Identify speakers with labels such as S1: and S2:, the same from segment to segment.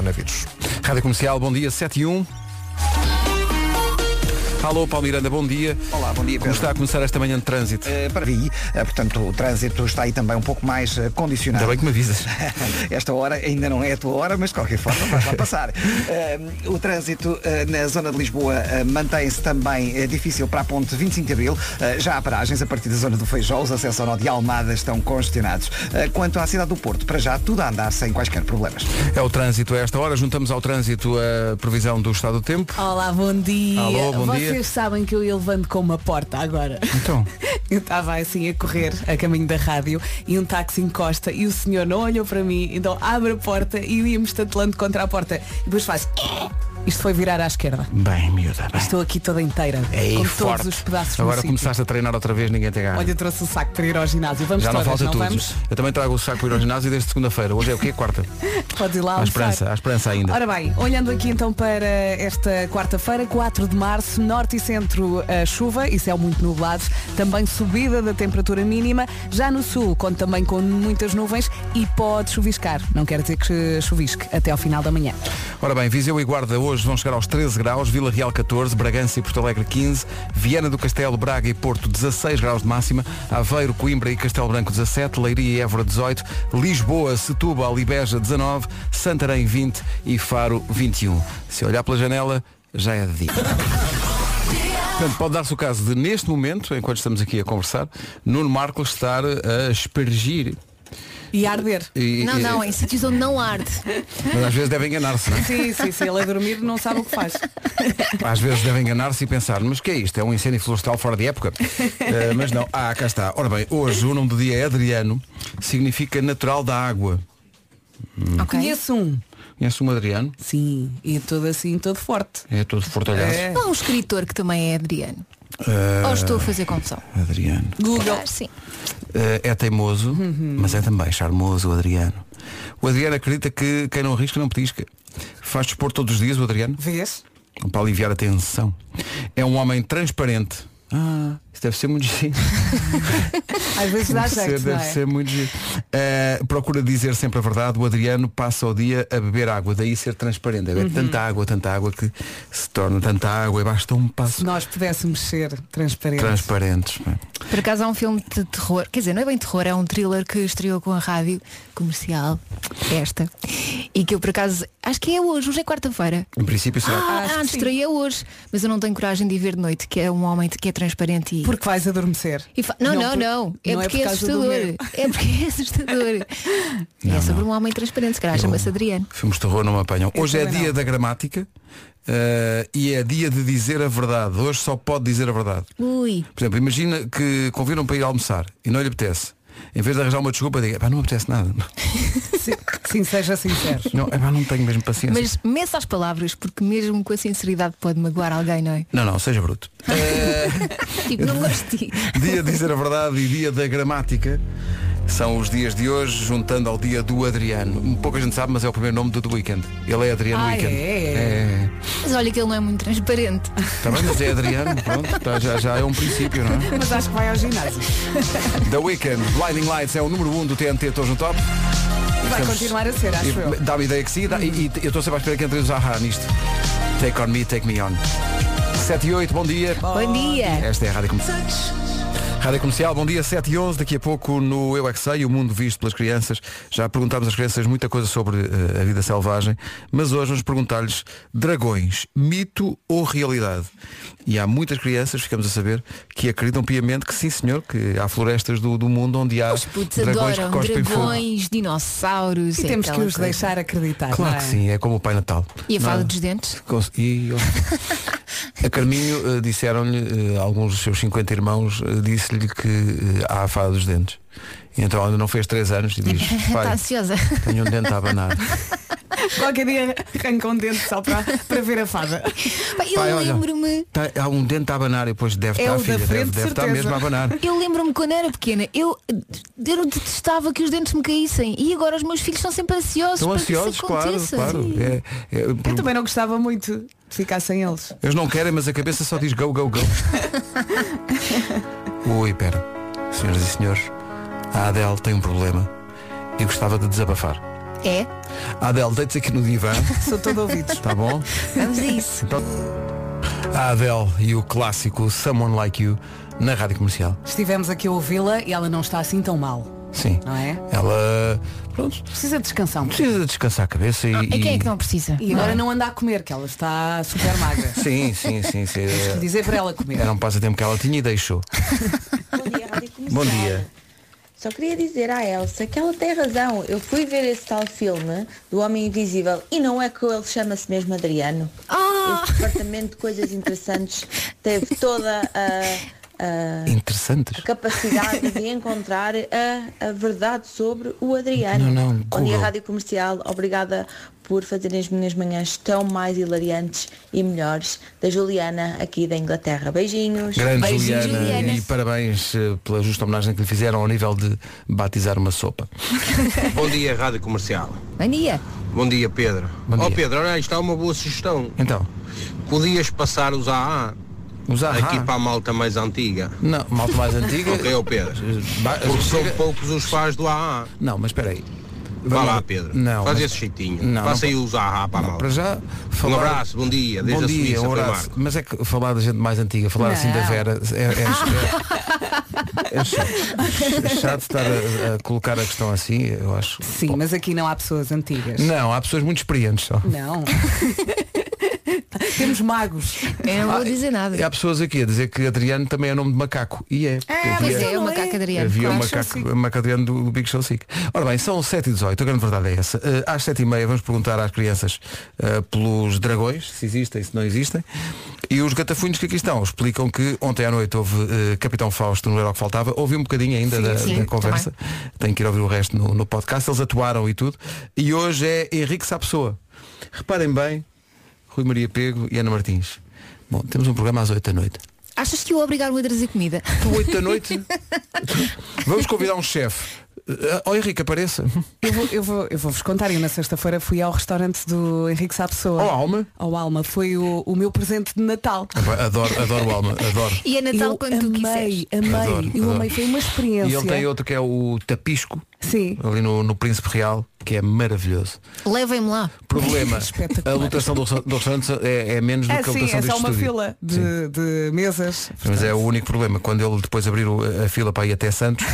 S1: coronavírus.
S2: Rádio Comercial, bom dia, 7 e 1. Alô, Paulo Miranda, bom dia.
S3: Olá, bom dia, Pedro.
S2: Como está a começar esta manhã de trânsito?
S3: Eh, para Vi, eh, portanto, o trânsito está aí também um pouco mais eh, condicionado.
S2: Ainda bem que me avisas.
S3: Esta hora ainda não é a tua hora, mas de qualquer forma vais lá passar. Eh, o trânsito eh, na zona de Lisboa eh, mantém-se também eh, difícil para a ponte 25 de Abril. Eh, já há paragens a partir da zona do Feijó, os acessos ao nó de Almada estão congestionados. Eh, quanto à cidade do Porto, para já tudo a andar sem quaisquer problemas.
S2: É o trânsito a esta hora. Juntamos ao trânsito a previsão do estado do tempo.
S4: Olá, bom dia.
S2: Alô, bom dia.
S4: Vocês sabem que eu ia levando com uma porta agora.
S2: Então.
S4: Eu estava assim a correr a caminho da rádio e um táxi encosta e o senhor não olhou para mim, então abre a porta e eu ia-me estatelando contra a porta. E depois faz. Isto foi virar à esquerda.
S2: Bem, miúda, bem.
S4: Estou aqui toda inteira.
S2: Ei,
S4: com
S2: É forte.
S4: todos os pedaços no
S2: Agora
S4: sítio.
S2: começaste a treinar outra vez, ninguém te agarra.
S4: Olha, eu trouxe o saco para ir ao ginásio. Vamos
S2: Já não
S4: todas,
S2: falta
S4: não
S2: tudo.
S4: vamos?
S2: Eu também trago o saco para ir ao ginásio desde segunda-feira. Hoje é o quê? Quarta.
S4: Pode ir lá
S2: Há
S4: almoçar.
S2: esperança, há esperança ainda.
S4: Ora bem, olhando aqui então para esta quarta-feira, 4 de março, norte e centro eh, chuva e céu muito nublado, também subida da temperatura mínima, já no sul, conto também com muitas nuvens e pode chuviscar, não quer dizer que chuvisque, até ao final da manhã.
S2: Ora bem, Viseu e Guarda hoje vão chegar aos 13 graus, Vila Real 14, Bragança e Porto Alegre 15, Viana do Castelo, Braga e Porto 16 graus de máxima, Aveiro, Coimbra e Castelo Branco 17, Leiria e Évora 18, Lisboa, Setúbal e Beja 19, Santarém 20 e Faro 21. Se olhar pela janela, já é de dia. Portanto, pode dar-se o caso de, neste momento, enquanto estamos aqui a conversar, Nuno Marcos estar a aspergir.
S4: E a arder.
S2: E,
S5: Não,
S2: e-
S5: não, em sítios onde não arde.
S2: Mas às vezes deve enganar-se, não é?
S4: Sim, sim, sim, ele a dormir não sabe o que faz.
S2: Às vezes devem enganar-se e pensar, mas o que é isto? É um incêndio florestal fora de época? Eh, mas não, ah, cá está. Ora bem, hoje o nome do dia é Adriano, significa natural da água. Hum.
S5: Ok.
S4: Conheço um.
S2: Conhece um Adriano?
S4: Sim, e todo assim, todo forte.
S2: É todo fortalhado.
S4: É.
S5: Há um escritor que também é Adriano.
S2: Ah.
S5: Ou estou a fazer confusão?
S2: Eh, Adriano.
S4: Google.
S5: Ah, sim.
S2: Eh, é teimoso, mas é também charmoso o Adriano. O Adriano acredita que quem não arrisca não petisca. Faz desporto todos os dias o Adriano,
S4: Vês?
S2: para aliviar a tensão. É um homem transparente. Ah, isso deve ser muito giro.
S4: Às vezes dá
S2: Deve ser,
S4: jeito, não
S2: deve
S4: é?
S2: ser muito giro. Uh, procura dizer sempre a verdade. O Adriano passa o dia a beber água, daí ser transparente.
S4: Uhum.
S2: A beber tanta água, tanta água que se torna tanta água e basta um
S4: Se
S2: passo.
S4: nós pudéssemos ser transparentes.
S2: Transparentes. não é?
S5: Por acaso há um filme de terror, quer dizer, não é bem terror, é um thriller que estreou com a rádio comercial, esta, e que eu por acaso, acho que é hoje, hoje é quarta-feira.
S2: Em princípio será.
S5: Ah,
S4: Acho
S5: ah,
S4: que sim.
S5: estreia hoje, mas eu não tenho coragem de ir ver de noite, que é um homem que é transparente e.
S4: Porque vais adormecer.
S5: e fa- Não,
S4: Não,
S5: não,
S4: por-
S5: não, É
S4: não é
S5: porque
S4: por
S5: é,
S4: causa do
S5: assustador.
S4: medo.
S5: É porque é assustador. é sobre um homem transparente, se calhar chama-se Adriano.
S2: Filmes de terror não me apanham.
S4: Eu
S2: Hoje é
S4: também
S2: dia
S4: não.
S2: da gramática uh, e é dia de dizer a verdade. Hoje só pode dizer a verdade.
S5: Ui.
S2: Por exemplo, imagina que convidam para ir almoçar e não lhe apetece. Em vez de arranjar uma desculpa, diga, "Epá, não me apetece nada.
S4: Sim, sim, seja sincero.
S2: Não, epá, não tenho mesmo paciência.
S5: Mas meça as palavras, porque mesmo com a sinceridade pode magoar alguém, não é?
S2: Não, não, seja bruto.
S5: Tipo, não gosto de ti.
S2: Dia de dizer a verdade e dia da gramática são os dias de hoje, juntando ao dia do Adriano. Pouca gente sabe, mas é o primeiro nome do The Weekend. Ele é Adriano
S4: Ah,
S2: Weekend.
S4: é?
S5: Mas olha que ele não é muito transparente.
S2: Está bem, mas é Adriano, pronto, tá, já, já é um princípio, não é?
S4: Mas acho que vai ao ginásio.
S2: The Weekend, Blinding Lights é o número 1 um do TNT, estou no top.
S4: Vai
S2: Estamos-
S4: continuar a ser, acho
S2: E-
S4: eu.
S2: Dá-me ideia que sim, dá- e, e eu estou sempre à espera que entre os Zaha nisto. Take on me, take me on. 7 e 8, bom dia.
S5: Bom dia.
S2: Esta é a Rádio Comercial. Rádio Comercial, bom dia, 7 e 11 Daqui a pouco no Eu É Que Sei, o mundo visto pelas crianças. Já perguntámos às crianças muita coisa sobre eh, a vida selvagem, mas hoje vamos perguntar-lhes dragões, mito ou realidade? E há muitas crianças, ficamos a saber, que acreditam piamente que sim, senhor, que há florestas do, do mundo onde há
S5: Os putos
S2: dragões que
S5: adoram
S2: cospem fogo.
S5: dragões, dinossauros.
S4: E
S5: é
S4: temos que
S5: aquela
S4: os
S5: coisa.
S4: deixar acreditar.
S2: Claro
S4: não é?
S2: que sim, é como o Pai Natal.
S5: E a
S2: Não-
S5: fala dos dentes?
S2: Cons- E oh. a Carminho eh, disseram-lhe, eh, alguns dos seus 50 irmãos, eh, disse-lhe que eh, há a fada dos dentes. E então ainda não fez 3 anos e diz,
S4: Tá
S5: Está
S2: pai,
S4: assim?"
S5: ansiosa.
S2: tenho um dente a abanar.
S4: Qualquer dia arranca um dente só para, para ver a fada.
S5: Pá,
S2: Pai,
S5: eu
S2: olha.
S5: lembro-me.
S2: Tá- há um dente a abanar e depois deve
S4: É
S2: estar,
S4: o da
S2: filha,
S4: frente,
S2: deve, deve estar
S4: certeza.
S2: mesmo a abanar.
S5: Eu lembro-me quando era pequena, eu, eu detestava que os dentes me caíssem e agora os meus filhos estão sempre ansiosos
S2: Estão
S5: para
S2: ansiosos,
S5: que isso
S2: claro,
S5: aconteça.
S2: claro. É- é-
S4: Eu também não gostava muito de ficar sem eles.
S2: Eles não querem, mas a cabeça só diz go, go, go. Ui, pera. Senhoras e senhores, a Adele tem um problema e gostava de desabafar.
S5: É?
S2: Adel, deite-se aqui no divã,
S4: Sou todo ouvidos.
S2: tá bom?
S5: Vamos a isso.
S2: A Adele e o clássico Someone Like You na Rádio Comercial.
S4: Estivemos aqui a ouvi-la e ela não está assim tão mal.
S2: Sim.
S4: Não é?
S2: Ela, pronto,
S4: Precisa de descansar. um bocadinho.
S2: precisa descansar a cabeça e...
S5: E quem é
S2: e-
S5: que não precisa?
S4: E agora não anda a comer, que ela está super magra.
S2: Sim, sim, sim. sim.
S4: Dizer para ela comer.
S2: Era um passatempo que ela tinha e deixou.
S1: Bom dia, Rádio
S2: Bom
S1: Comercial.
S2: dia.
S1: Só queria dizer à Elsa que ela tem razão. Eu fui ver esse tal filme do Homem Invisível e não é que ele chama-se mesmo Adriano.
S5: Ah!
S1: Esse departamento de coisas interessantes teve toda a, a
S2: Interessantes.
S1: capacidade de encontrar a, a verdade sobre o Adriano.
S2: Não, não,
S1: Bom dia,
S2: Google.
S1: Rádio Comercial. Obrigada por fazerem as minhas manhãs tão mais hilariantes e melhores. Da Juliana, aqui da Inglaterra. Beijinhos.
S2: Grande
S5: Beijinhos,
S2: Juliana,
S5: Juliana.
S2: e parabéns eh, pela justa homenagem que lhe fizeram ao nível de batizar uma sopa.
S6: Bom dia, Rádio Comercial.
S5: Bom dia.
S6: Bom dia, Pedro.
S2: Bom
S6: Ó
S2: dia.
S6: Pedro, olha, isto é uma boa sugestão.
S2: Então,
S6: Podias passar os AA
S2: usar
S6: aqui para a malta mais antiga.
S2: Não, malta mais antiga. Eh,
S6: Ok, ó Pedro.
S2: Ba-
S6: Porque são
S2: chega-
S6: poucos os fãs do AA.
S2: Não, mas espera aí.
S6: Vá
S2: Vamos-
S6: lá, Pedro.
S2: Não,
S6: Faz
S2: mas-
S6: esse jeitinho.
S2: Não,
S6: Passa
S2: não-
S6: aí os AA para a malta.
S2: Para já,
S6: Um
S2: falar-
S6: abraço, bom dia. Desde
S2: Bom
S6: a
S2: dia,
S6: Suíça,
S2: um
S6: Pedro
S2: abraço.
S6: Marco.
S2: Mas é que falar da gente mais antiga, falar assim da
S4: Não.
S2: Vera, é, é- é- é chato. É chato estar a, a colocar a questão assim, eu acho.
S4: Sim, mas aqui não há pessoas antigas.
S2: Não, há pessoas muito experientes só.
S4: Não. Temos magos.
S5: Eu não
S2: Ah,
S5: vou dizer nada.
S2: E há pessoas aqui a dizer que Adriano também é nome de macaco. E é. porque
S4: mas
S5: Pois
S2: havia-
S5: é,
S4: não
S5: o macaco
S4: é.
S5: Adriano.
S2: Havia um
S5: claro.
S2: macaco, um macaco Adriano do, do Big Show Sick. Ora bem, são 7 e 18 a grande verdade é essa. Eh, às 7 e meia vamos perguntar às crianças eh, pelos dragões, se existem, se não existem. E os gatafunhos que aqui estão explicam que ontem à noite houve eh, Capitão Fausto no Era O que Faltava. Ouvi um bocadinho ainda da,
S5: sim,
S2: da conversa. Tenho que ir ouvir o resto no, no podcast. Eles atuaram e tudo. E hoje é Henrique Sapessoa. Reparem bem, Rui Maria Pego e Ana Martins. Bom, temos um programa às 8 da noite.
S5: Achas que eu obrigar-me a trazer comida?
S2: Tu, 8 da noite. Vamos convidar um chefe. Ah, Ó Henrique, apareça.
S4: Eu vou, eu vou, eu vou vos contar, eu na sexta-feira fui ao restaurante do Henrique Sá Pessoa.
S2: Ó Alma.
S4: Ao Alma, foi o, o meu presente de Natal.
S2: Epá, Adoro, adoro o Alma, adoro.
S5: E é Natal
S4: eu
S5: quando tu quiseres.
S4: amei, amei,
S2: Adoro,
S4: eu
S2: adoro.
S4: amei, foi uma
S2: E
S4: experiência.
S2: ele tem outro que é o Tapisco,
S4: Sim.
S2: ali no, no Príncipe Real, que é maravilhoso.
S5: Levem-me lá.
S2: Problema,
S4: Espetacular.
S2: a lotação do, do restaurante é, é menos do
S4: É
S2: que a
S4: sim,
S2: lotação
S4: é só
S2: deste
S4: uma
S2: estúdio.
S4: fila
S2: Sim.
S4: de, de mesas.
S2: Mas é o único problema, quando ele depois abrir o- a fila para ir até Santos,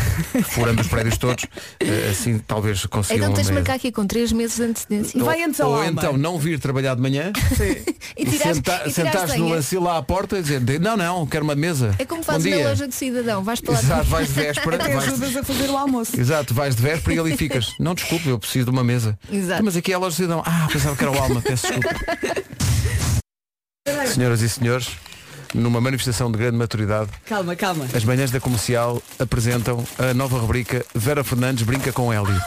S2: furando os prédios todos, eh, assim talvez consiga
S5: Então
S2: uma
S5: tens de
S2: mesa.
S5: marcar aqui com 3 meses de antecedência.
S4: Vai antes ao
S2: Ou
S4: Alma.
S2: então não vir trabalhar de manhã
S5: E
S2: E
S5: tiraste,
S2: senta-
S5: e tiraste
S2: sentar-se no
S5: lenha.
S2: lance lá à porta e dizer "De- não, não, quero uma mesa.
S5: É como
S2: Bom
S5: fazes na
S2: dia."
S5: loja do cidadão. Vais para lá.
S2: Exato, vais de véspera.
S4: Até
S2: vais-
S4: ajudas a fazer o almoço.
S2: Exato, vais de véspera e ali ficas. Não, desculpe, eu preciso de uma mesa.
S5: Exato.
S2: "Então, Mas aqui é a loja do cidadão. Ah, pensava que era o alma, peço desculpa. Senhoras e senhores, numa manifestação de grande maturidade,
S4: Calma, calma.
S2: as manhãs da comercial apresentam a nova rubrica Vera Fernandes brinca com Hélio.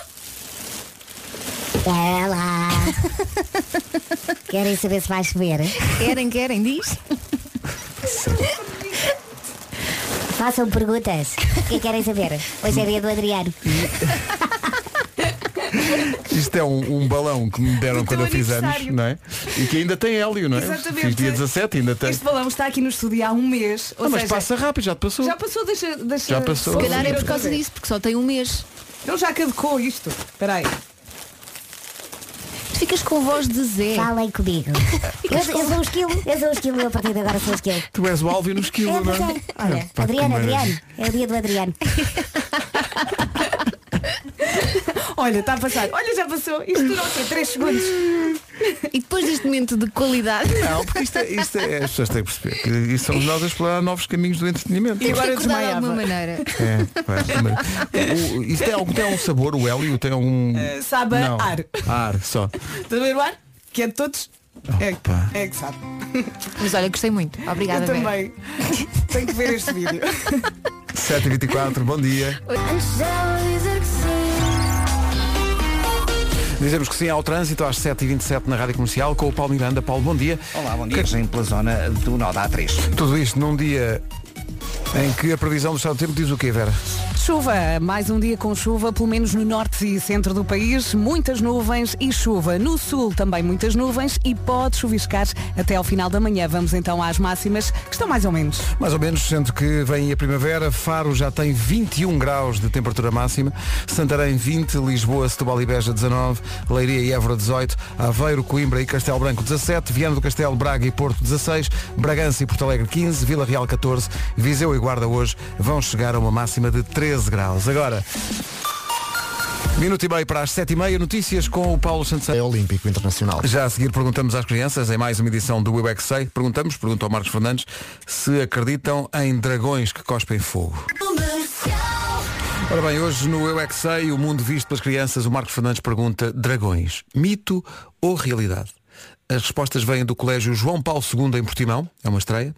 S7: Olá! Querem saber se vai chover?
S5: Querem, querem, diz.
S7: Façam perguntas. O que é que querem saber? Hoje é dia do Adriano.
S2: Isto é um, um balão que me deram
S4: Do
S2: quando
S4: teu
S2: eu fiz anos,
S4: aniversário.
S2: não é? E que ainda tem Hélio, não é?
S4: Exatamente.
S2: Fiz dia 17 ainda tem.
S4: Este balão está aqui no estúdio há um mês. Ou
S2: Ah, mas
S4: seja,
S2: passa rápido, já te passou.
S4: já passou, deixa, deixa.
S2: Já passou.
S5: Se
S2: Oh,
S5: calhar é
S2: sim.
S5: por causa disso, porque só tem um mês.
S4: Ele já caducou isto. Espera aí.
S5: Tu ficas com voz de Zé.
S7: Falem comigo. Eu, eu sou o esquilo. Eu sou o esquilo. Eu a partir de agora sou o esquilo.
S2: Tu és o Alvin no esquilo,
S7: É,
S2: não
S7: pois é.
S2: é? Ah,
S7: Olha,
S2: pá, que
S7: Adriano,
S2: maravilha.
S7: Adriano. É o dia do Adriano.
S4: Olha, está a passar. Olha, já passou. Isto durou o quê? 3 segundos.
S5: E depois deste momento de qualidade.
S2: Não, porque isto é, isto é- as pessoas têm que perceber que isso somos nós a explorar novos caminhos do entretenimento.
S4: E
S5: Temos
S4: agora
S5: que acordar de
S4: desmaiava.
S5: alguma maneira.
S2: É, pá, mas- o- isto tem algum, tem algum sabor, o Hélio tem algum.
S4: Eh, sabe a
S2: não.
S4: ar.
S2: Ar só.
S4: Estás a ver o ar? Que é de todos? É,
S2: Opa.
S4: é que sabe.
S5: Mas olha, gostei muito. Obrigada,
S4: Eu
S5: Vera.
S4: também. Tenho que ver este vídeo.
S2: 7h24, bom dia. Dizemos que sim ao trânsito às 7h27 na Rádio Comercial com o Paulo Miranda. Paulo, bom dia. é
S3: Olá, bom dia. Em pela zona do Nó da A3.
S2: Tudo isto num dia em que a previsão do estado do tempo diz o quê, Vera?
S4: Chuva, mais um dia com chuva, pelo menos no norte e centro do país, muitas nuvens e chuva. No sul também muitas nuvens e pode chuviscar até ao final da manhã. Vamos então às máximas, que estão mais ou menos.
S2: Mais ou menos, sendo que vem a primavera, Faro já tem 21 graus de temperatura máxima, Santarém 20, Lisboa, Setúbal e Beja 19, Leiria e Évora 18, Aveiro, Coimbra e Castelo Branco 17, Viana do Castelo, Braga e Porto 16, Bragança e Porto Alegre 15, Vila Real 14, Viseu e Guarda hoje vão chegar a uma máxima de 13 graus. Agora, minuto e meio para as 7 e meia, notícias com o Paulo Santos.
S8: É Olímpico Internacional.
S2: Já a seguir perguntamos às crianças, em mais uma edição do Eu É Que Sei, perguntamos, pergunta ao Marcos Fernandes, se acreditam em dragões que cospem fogo. Ora bem, hoje no Eu É Que Sei, o mundo visto pelas crianças, o Marcos Fernandes pergunta, dragões, mito ou realidade? As respostas vêm do Colégio João Paulo II em Portimão, é uma estreia,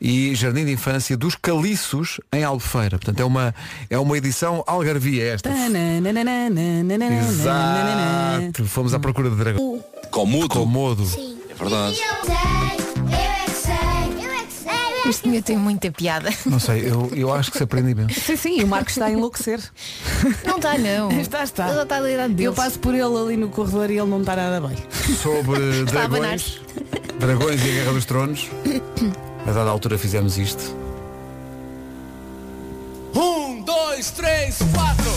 S2: e Jardim de Infância dos Caliços em Albufeira. Portanto, é uma, é uma edição algarvia esta. Exato. Fomos à procura de dragões.
S9: Comudo.
S2: Comodo.
S9: É verdade.
S5: Este meu tem muita piada.
S2: Não sei, eu, eu acho que se aprende imenso.
S4: Sim, sim, e o Marcos está a enlouquecer.
S5: Não está não.
S4: Está, está.
S5: Ele já está da idade
S4: Eu
S5: deles.
S4: passo por ele ali no corredor e ele não está nada bem.
S2: Sobre
S5: Está a
S2: dragões, dragões e a Guerra dos Tronos. A dada altura fizemos isto.
S9: Um, dois, três, quatro.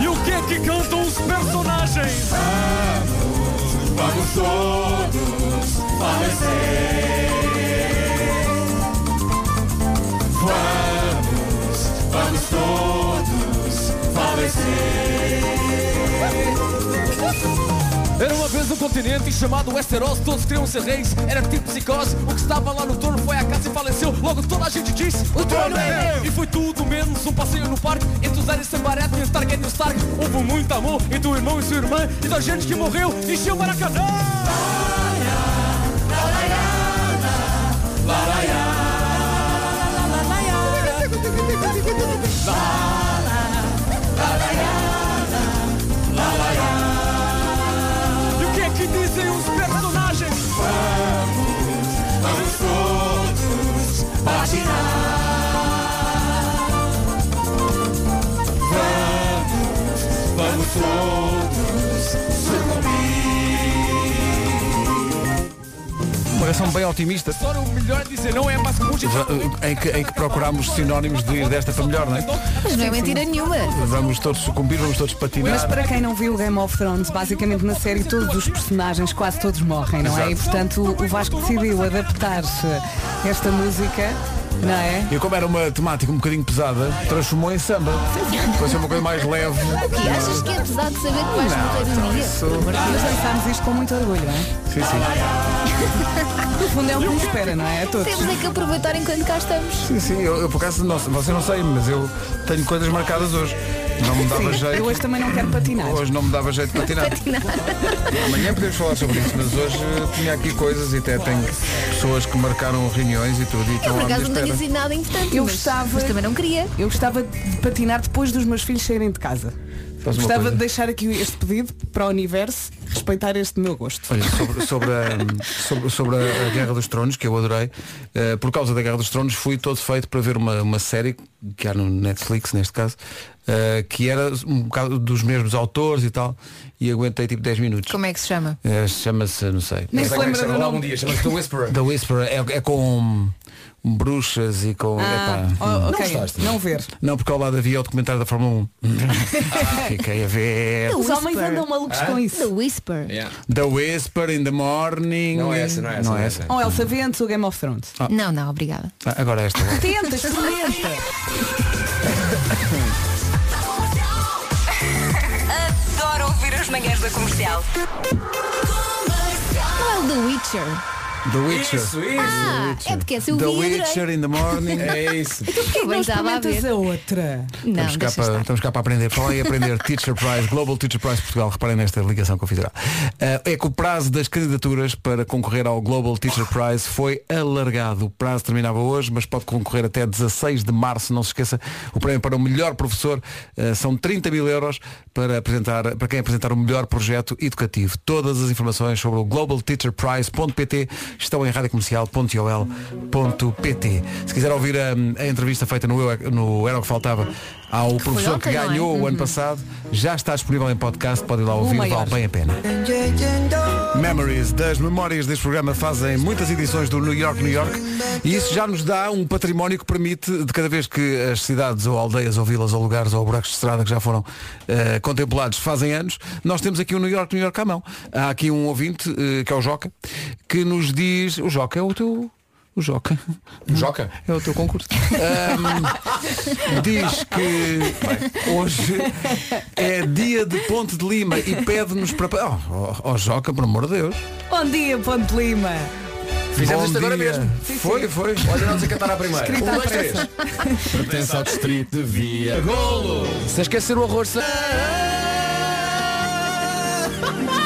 S9: E o que que cantam os personagens? Vamos, vamos todos falecer. Vamos, vamos todos falecer. Era uma vez um continente chamado Westeros, todos queriam ser reis, era tipo psicose. O que estava lá no trono foi a casa e faleceu. Logo toda a gente disse, o trono é meu! E foi tudo menos um passeio no parque entre os Ares Sambareto e os Targaryen e os Stark. Houve muito amor entre o irmão e sua irmã e da gente que morreu encheu o Maracanã. E o que é que dizem os personagens? Vamos, vamos todos patinar. Vamos, vamos todos sucumbir.
S2: Uma bem otimista.
S9: Agora o melhor dizer não é mais muito
S2: eh, Em que, em que procurámos sinónimos de ir desta para melhor, não é?
S5: Mas não é mentira nenhuma.
S2: Vamos todos sucumbir, vamos todos patinar.
S4: Mas para quem não viu Game of Thrones, basicamente na série todos os personagens, quase todos morrem, não é? E portanto o Vasco decidiu adaptar esta música, não é?
S2: E como era uma temática um bocadinho pesada, transformou em samba. Foi ser uma coisa mais leve.
S5: O quê? Achas que é pesado saber que vais morrer um dia?
S4: Mas lançámos isto com muito orgulho, não é?
S2: Sim, sim.
S4: No fundo é o que nos espera, não é? A todos.
S5: Temos é que aproveitar enquanto cá estamos.
S2: Sim, sim. Eu, eu por acaso, não, você não sei, mas eu tenho coisas marcadas hoje. Não me dava
S4: Eu
S2: jeito.
S4: hoje também não quero É patinar.
S2: Hoje não me dava jeito de patinar. Amanhã podemos falar sobre isso, mas hoje eh, tinha aqui coisas e até tenho pessoas que marcaram reuniões e tudo e
S5: Eu
S2: estão
S5: É por
S2: à minha
S5: acaso não tenho
S2: espera.
S5: sido nada importante.
S4: Eu
S5: mas-
S4: gostava-
S5: Mas também não queria.
S4: Eu gostava de patinar depois dos meus filhos saírem de casa.
S2: Faz uma
S4: Gostava
S2: coisa.
S4: de deixar aqui este pedido para o universo respeitar este meu gosto.
S2: Olha, sobre, sobre, a, sobre, sobre a Guerra dos Tronos, que eu adorei, eh, por causa da Guerra dos Tronos fui todo feito para ver uma, uma série, que há no Netflix neste caso, eh, que era um bocado dos mesmos autores e tal, e aguentei tipo 10 minutos.
S5: Como é que se chama?
S2: Eh, Chama-se, não sei.
S4: Nem se lembra do nome.
S9: dia, chama-se The Whisperer.
S2: The Whisperer é, é com um, bruxas e com.
S4: Ah,
S2: epá. hum.
S4: oh, ok, não ver.
S2: Não, porque ao lado havia o documentário da Fórmula 1. Fiquei a ver.
S4: Os homens andam malucos com
S2: Ah?
S5: The
S4: isso.
S5: Whisper.
S2: The Whisper in the Morning.
S9: Não é essa, não é essa,
S2: Não
S9: não é
S2: essa.
S4: Ou Oh, Elsa Ventes ou Game of Thrones.
S5: Não, não, obrigada.
S2: Ah, Agora esta.
S4: Tenta, experimenta.
S10: Adoro ouvir as manhãs da comercial.
S5: Não é o The Witcher.
S2: The Witcher.
S8: Isso, isso.
S5: Ah, é porque essa eu
S2: The
S5: vi e adorei.
S2: Witcher in the morning.
S8: É isso.
S5: Porque
S4: Então Não experimentas a outra.
S5: Não,
S2: estamos, cá
S5: deixa
S2: para,
S5: estar.
S2: estamos cá para aprender. Falar e aprender Teacher Prize, Global Teacher Prize Portugal. Reparem nesta ligação que eu fiz agora. Ah, é que o prazo das candidaturas para concorrer ao Global Teacher Prize foi alargado. O prazo terminava hoje, mas pode concorrer até 16 de março. Não se esqueça, o prémio para o melhor professor ah, são 30 mil euros para, apresentar, para quem apresentar o melhor projeto educativo. Todas as informações sobre o globalteacherprize.pt estão em radiocomercial.ol.pt Se quiser ouvir a, a entrevista feita no, Eu É- no Era o que Faltava ao
S5: foi
S2: professor
S5: ontem,
S2: que
S5: não é?
S2: ganhou o ano passado, já está disponível em podcast, podem lá ouvir,
S4: maior.
S2: vale bem a pena. Memories, das memórias deste programa fazem muitas edições do New York, New York e isso já nos dá um património que permite, de cada vez que as cidades ou aldeias ou vilas ou lugares ou buracos de estrada que já foram eh, contemplados fazem anos, nós temos aqui o New York, New York à mão. Há aqui um ouvinte, eh, que é o Joca, que nos diz, o Joca é o teu... O Joca.
S8: Joca?
S2: É o teu concurso. Ahm, diz que hoje é dia de Ponte de Lima e pede-nos para. Oh, oh, oh, Joca, por amor de Deus.
S4: Bom dia, Ponte de Lima.
S8: Fizemos
S2: Bom
S8: isto agora
S2: dia.
S8: mesmo.
S2: Foi, foi.
S8: Olha, vamos a cantar à primeira. Um, dois, três.
S9: Pertence ao distrito de Via. Golo!
S8: Se esquecer o arroz. se-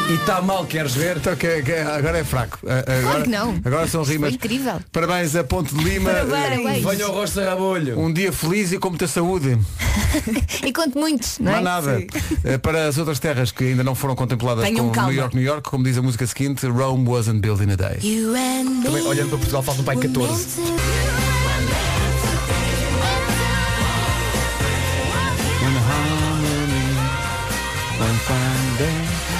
S8: E tá mal, queres ver?
S2: Então, que- que- agora é fraco. Ah, Agora,
S5: Claro que não.
S2: Agora são rimas.
S5: incrível.
S2: Parabéns a Ponte de Lima.
S5: Parabéns.
S8: Venha o arroz de rabolho.
S2: Um dia feliz e com muita saúde.
S5: E conto muitos, não
S2: Não
S5: é?
S2: há nada. Eh, Para as outras terras que ainda não foram contempladas
S5: um
S4: Tenham
S2: com
S4: calma.
S2: New York, New York, como diz a música seguinte, Rome wasn't built in a day.
S8: Também, olhando para Portugal, falta um pai de 14.
S2: Estava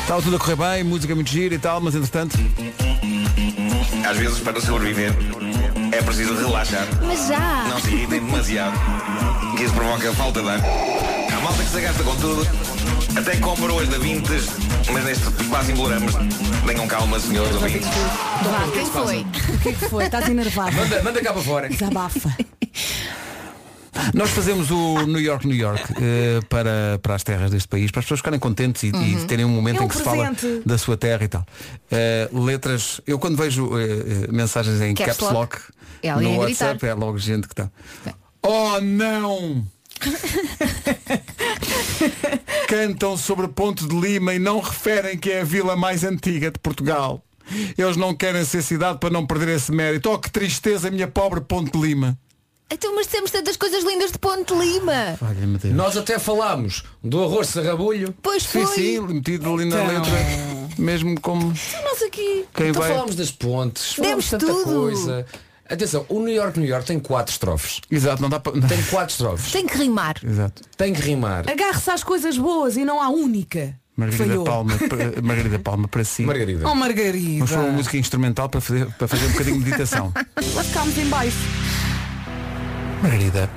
S2: Tá tudo a correr bem, música muito gira e tal, mas entretanto.
S10: Às vezes, para sobreviver, é preciso relaxar.
S5: Mas já.
S10: Não se irritem demasiado, que isso provoca falta de ar. Há malta que se gasta com tudo, até compra hoje da Vintes, mas neste quase embolamos. Tenham calma, senhores ouvintes.
S5: Vá, quem foi?
S4: O que é que foi? Estás enervado.
S8: Manda, manda cá para fora.
S4: Desabafa.
S2: Nós fazemos o New York, New York eh, para, para as terras deste país, para as pessoas ficarem contentes e, e terem um momento
S4: É um
S2: em que se fala
S4: presente.
S2: da sua terra e tal. Eh, letras, eu quando vejo eh, eh, mensagens em
S5: Caps
S2: caps lock,
S5: lock, é alguém
S2: no
S5: a gritar.
S2: WhatsApp, é logo gente que está. Oh
S5: Uhum.
S2: não! Cantam sobre Ponte de Lima e não referem que é a vila mais antiga de Portugal. Eles não querem ser cidade para não perder esse mérito. Oh que tristeza, minha pobre Ponte de Lima.
S5: Então, mas temos tantas coisas lindas de Ponte Lima.
S2: Olha-me Deus.
S8: Nós até falámos do arroz de rabolho.
S5: Pois foi.
S2: Sim, sim, metido ali na
S4: Então.
S2: letra. Mesmo como
S5: Nós aqui.
S2: quem
S8: Então
S2: vai.
S8: falámos das pontes. Falámos
S5: Demos
S8: tanta
S5: tudo.
S8: coisa. Atenção, o New York, New York tem quatro estrofes.
S2: Exato, não dá para.
S8: Tem quatro estrofes.
S5: Tem que rimar.
S2: Exato.
S8: Tem que rimar.
S4: Agarre-se às coisas boas e não à única.
S2: Margarida
S4: Falhou.
S2: Palma, para- Margarida Palma para si.
S8: Margarida.
S4: Oh,
S2: Vamos
S4: Margarida.
S2: pôr uma música instrumental para fazer, para fazer um bocadinho de meditação.
S4: Lá ficámos em baixo.
S2: Margarida,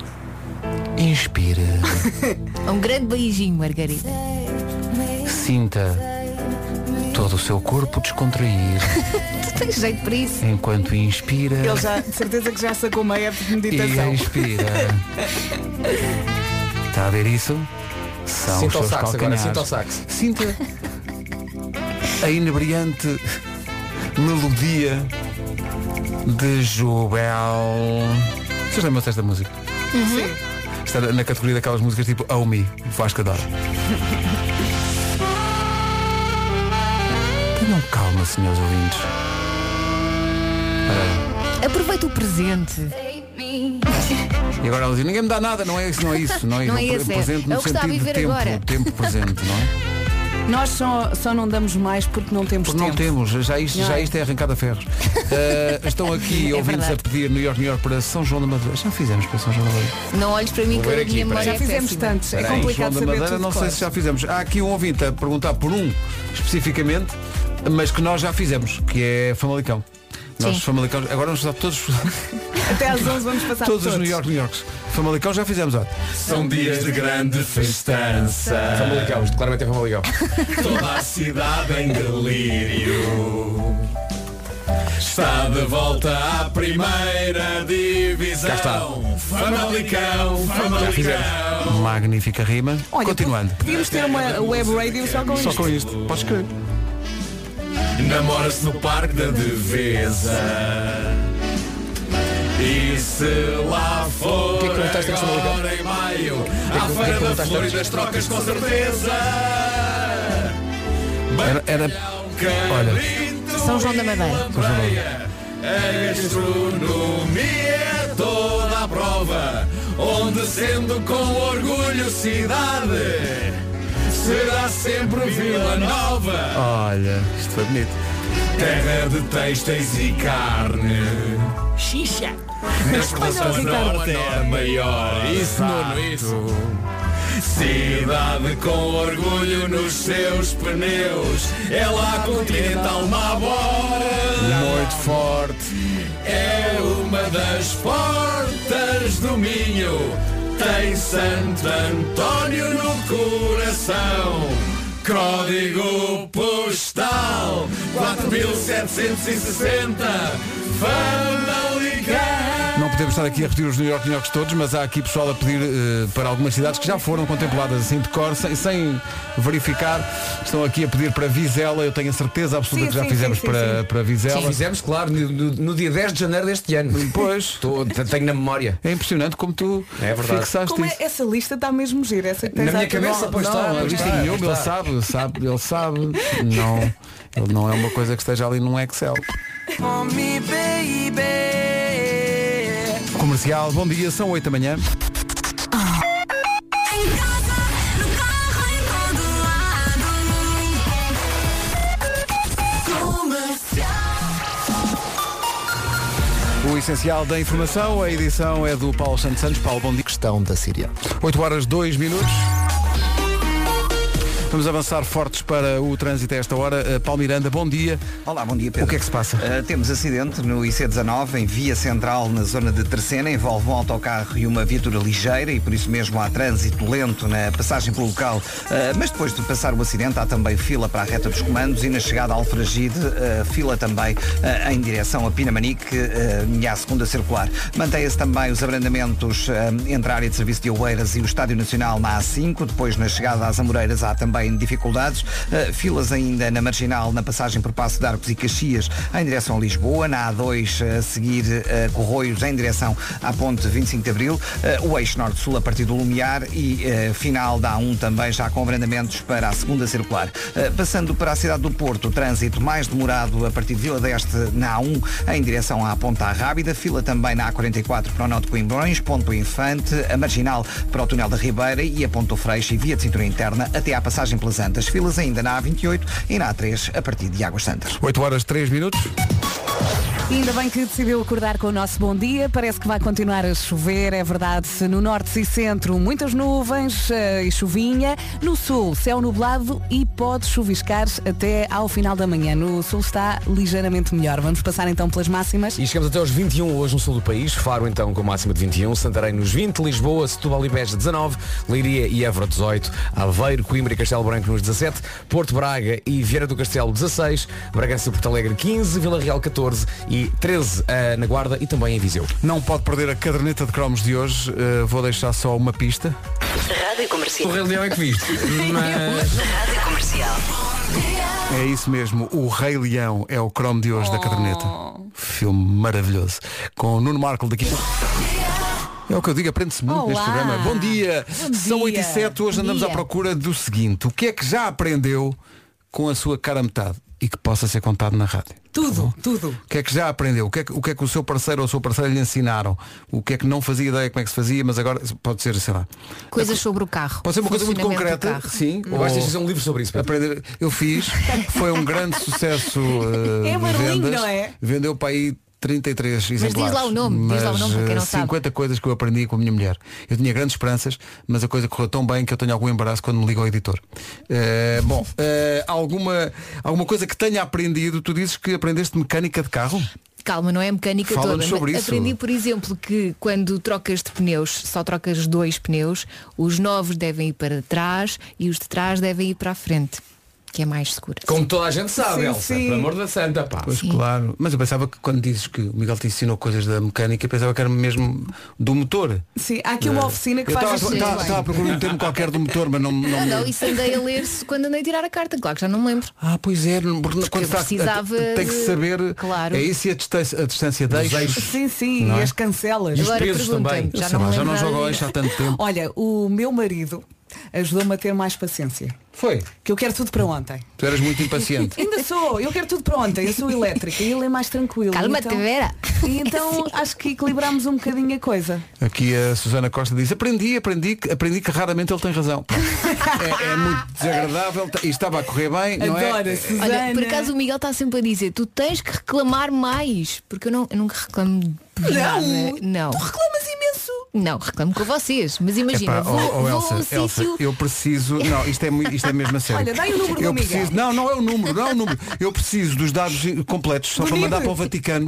S2: inspira,
S5: Um grande beijinho, Margarida.
S2: sinta todo o seu corpo descontrair
S5: Tu tens jeito para isso.
S2: enquanto inspira
S4: Ele já, de certeza que já sacou uma app de
S2: e
S4: meditação.
S2: expira. Está a ver isso? São os
S8: Sinta o
S2: seus
S8: sax agora,
S2: calcanhares.
S8: sinta o sax.
S2: Sinta a inebriante melodia de Jubel. Vocês lembram-se desta música? Sim. Está na categoria daquelas músicas tipo Oh Me, Vasco adora. Tenham calma, senhores ouvintes.
S5: Aproveita o presente.
S2: E agora ela diz, ninguém me dá nada, não é isso, não é isso. Não é,
S5: Não
S2: isso.
S5: é
S2: O
S5: esse, é.
S2: presente
S5: É
S2: no
S5: o que está a
S2: sentido de
S5: viver
S2: tempo,
S5: agora.
S2: tempo presente, não é?
S4: Nós só, só não damos mais porque não temos
S2: Porque
S4: tempo.
S2: não temos, já isto, já
S4: Não.
S2: isto é arrancada a ferros. Uh, estão aqui
S5: É
S2: ouvintes a
S5: verdade.
S2: pedir New York, New York para São João da Madeira. Já fizemos para São João da Madeira.
S5: Não olhes para mim que
S8: ver
S5: a
S8: aqui,
S5: minha memória
S8: peraí.
S4: Já
S5: é
S4: fizemos
S5: péssima.
S4: tantos. É
S8: Espera aí.
S2: João
S4: complicado
S2: da
S4: saber
S2: Madeira,
S4: tudo
S2: não
S4: de
S2: sei
S4: cor.
S2: se já fizemos. Há aqui um ouvinte a perguntar por um especificamente, mas que nós já fizemos, que é Famalicão. Nós
S5: Sim.
S2: Famalicão, agora vamos usar todos,
S4: Até às 11 vamos passar
S2: todos
S4: por
S2: os New York, New Yorks. Famalicão já fizemos, olha.
S9: São dias de grande festança.
S8: Famalicão, isto claramente é Famalicão.
S9: Toda a cidade em delírio Está de volta à primeira divisão
S8: Cá está.
S9: Famalicão, Famalicão
S2: Magnífica rima.
S4: Olha,
S2: Continuando.
S4: Podíamos ter uma web radio só com
S2: Só
S4: isto.
S2: com isto. Podes escrever.
S9: Namora-se no parque da Devesa. E se lá for
S8: que é que perguntaste a Famalicão?
S9: agora em maio,
S8: Que é que-
S9: à
S8: que é que
S9: feira da
S8: perguntaste
S9: flor e
S8: antes?
S9: das trocas com certeza.
S2: Era, era- Olha,
S5: São João da Madeira.
S9: A gastronomia é toda a prova, onde sendo com orgulho cidade, será sempre Vila Nova.
S2: olha, isto foi bonito.
S9: Terra de têxteis e carne. Xixa. Na expansão norte é a maior. Isso, Nuno, isso. Cidade com orgulho nos seus pneus. É lá continental Mabora. Muito forte. É uma das portas do Minho. Tem Santo António no coração. Código postal 4760 Famalicão
S2: Não podemos estar aqui a repetir os New York, New Yorks todos, mas há aqui pessoal a pedir eh, para algumas cidades que já foram contempladas assim de cor, sem, sem verificar. Estão aqui a pedir para Vizela, eu tenho a certeza absoluta
S8: Sim,
S2: que já
S8: sim,
S2: fizemos
S8: sim, sim,
S2: para,
S8: sim.
S2: para Vizela.
S8: Sim, fizemos, claro, no, no- no dia 10 de janeiro deste ano.
S2: Pois.
S8: tenho na memória.
S2: É impressionante como tu
S8: é verdade.
S4: Como é, essa lista está mesmo gira. Essa que tens à tua- Não, não,
S2: não, isto é nenhum, ele sabe, sabe, ele sabe. Não, ele não é uma coisa que esteja ali num Excel. Comercial, bom dia, são 8 da manhã. O essencial da informação, a edição é do Paulo Santos Santos. Paulo, bom dia. Questão da Síria. 8 horas 2 minutos. Vamos avançar fortes para o trânsito a esta hora. Uh, Paulo Miranda, bom dia.
S3: Olá, bom dia, Pedro.
S2: O que é que se passa?
S3: Uh, temos acidente no IC19, em via central, na zona de Terceira. Envolve um autocarro e uma viatura ligeira e por isso mesmo há trânsito lento na passagem pelo local. Uh, mas depois de passar o acidente, há também fila para a reta dos comandos e na chegada ao Alfragide, uh, fila também uh, em direção a Pinamanique, uh, à segunda circular. Mantém-se também os abrandamentos uh, entre a área de serviço de Oeiras e o Estádio Nacional na A5. Depois, na chegada às Amoreiras, há também dificuldades. Uh, filas ainda na Marginal, na passagem por Passo de Arcos e Caxias, em direção a Lisboa. Na A2, a seguir, uh, Corroios, em direção à Ponte 25 de Abril. Uh, o eixo Norte-Sul, a partir do Lumiar. E uh, final da A1 também, já com abrandamentos para a segunda circular. Uh, passando para a cidade do Porto, o trânsito mais demorado a partir de Vila Deste, na A1, em direção à Ponta Rábida. Fila também na A44 para o Norte de Coimbrões, Ponto Infante, a Marginal para o Túnel da Ribeira e a Ponto Freixo e via de cintura interna até à passagem pelas Antas. Filas ainda na A28 e na A3 a partir de Águas Santas.
S2: 8 horas 3 minutos.
S4: Ainda bem que decidiu acordar com o nosso bom dia. Parece que vai continuar a chover, é verdade. No norte e centro, muitas nuvens eh, e chuvinha. No sul, céu nublado e pode chuviscar até ao final da manhã. No sul está ligeiramente melhor. Vamos passar então pelas máximas.
S8: E chegamos até aos 21 hoje no sul do país. Faro então com máxima de 21, Santarém nos 20, Lisboa, Setúbal e Beja 19, Leiria e Évora 18, Aveiro, Coimbra e Castelo Branco nos 17, Porto Braga e Vieira do Castelo 16, Bragança e Porto Alegre 15, Vila Real 14 e 13 eh, na Guarda e também em Viseu.
S2: Não pode perder a caderneta de cromos de hoje. Uh, vou deixar só uma pista.
S11: Rádio Comercial.
S8: O Rei Leão é que viste. Mas...
S11: Rádio Comercial.
S2: É isso mesmo, o Rei Leão é o cromo de hoje da caderneta.
S9: Oh.
S2: Filme maravilhoso. Com o Nuno Marco daqui. É o que eu digo, aprende-se muito neste
S9: Olá.
S2: programa. Bom dia!
S9: Bom
S2: São 8 e
S9: dia.
S2: 7, hoje
S9: Bom
S2: andamos
S9: dia.
S2: à procura do seguinte. O que é que já aprendeu com a sua cara a metade e que possa ser contado na rádio?
S4: Tudo, tudo.
S2: O que é que já aprendeu? O que é que o, que é que o seu parceiro ou a sua parceira lhe ensinaram? O que é que não fazia ideia como é que se fazia, mas agora pode ser, sei lá.
S5: Coisas sobre o carro.
S2: É Pode ser uma coisa muito
S5: Funcionamento do
S2: concreta.
S5: carro.
S2: Sim.
S8: Eu gosto de fazer um livro sobre isso.
S2: Oh. Aprender. Eu fiz. Foi um grande sucesso. uh,
S5: É
S2: de
S5: barulhinho,
S2: vendas.
S5: não é?
S2: Vendeu para aí 33
S5: Mas
S2: exemplares.
S5: diz lá o nome, diz lá o nome para quem não
S2: uh,
S5: sabe.
S2: 50 coisas que eu aprendi com a minha mulher. Eu tinha grandes esperanças, mas a coisa correu tão bem que eu tenho algum embaraço quando me liga o editor. Uh, bom, uh, alguma, alguma coisa que tenha aprendido, tu dizes que aprendeste mecânica de carro?
S5: Calma, não é mecânica
S2: Fala-nos
S5: toda.
S2: sobre
S5: mas
S2: isso.
S5: Aprendi, por exemplo, que quando trocas de pneus, só trocas dois pneus, os novos devem ir para trás e os de trás devem ir para a frente. que é mais seguro.
S12: Como toda a gente sabe,
S5: Sim,
S12: Elsa,
S5: sim.
S12: pelo amor da santa, pá.
S2: Pois claro, mas eu pensava que quando dizes que o Miguel te ensinou coisas da mecânica, eu pensava que era mesmo do motor.
S4: Sim, há aqui uma
S2: Da-
S4: oficina que
S2: É. eu
S4: faz assim.
S2: estava-
S4: isto
S2: estava-
S4: bem.
S2: Estava a procurar um termo qualquer do motor, mas não. não
S5: Não,
S2: me-
S5: não, isso andei a ler-se quando andei a tirar a carta, claro que já não me lembro.
S2: Ah, pois é, não- porque
S5: Porque
S2: quando está-
S5: precisava
S2: tem que
S5: de-
S2: saber
S5: Claro.
S2: é isso e a distância, a distância
S4: Dos
S2: de eixos.
S4: eixos. Sim, sim,
S2: Não
S4: e
S2: é?
S4: as cancelas.
S2: E os Agora pesos pergunta-me, também. já
S4: Já
S2: Sei não lá,
S4: não,
S2: me já não lembro jogo nada eixo há disso. tanto tempo.
S4: Olha, o meu marido ajudou-me a ter mais paciência.
S2: Foi.
S4: Que eu quero tudo para ontem.
S2: Tu eras muito impaciente.
S4: Ainda sou, eu quero tudo para ontem, eu sou elétrica e ele é mais tranquilo.
S5: Calma-te,
S4: então,
S5: Vera.
S4: E então acho que equilibramos um bocadinho a coisa.
S2: Aqui a Susana Costa diz, aprendi, aprendi, que- aprendi que raramente ele tem razão. É, é muito desagradável tá- e estava a correr bem, não é?
S5: Olha, por acaso o Miguel está sempre a dizer, tu tens que reclamar mais, porque eu, não, eu nunca reclamo de
S4: Não,
S5: nada. Não.
S4: reclamas imenso.
S5: Não, reclamo com vocês, mas imagina,
S2: Epá,
S5: vou,
S2: oh, oh,
S5: vou
S2: Elsa,
S5: a um
S2: Elsa,
S5: sítio.
S2: eu preciso. Não, isto é, muito, isto é mesmo a sério.
S5: Olha, dai o número do
S2: eu
S5: Miguel.
S2: preciso, Não, não é o número, não é o número. Eu preciso dos dados completos só para
S5: Bonito.
S2: mandar para o Vaticano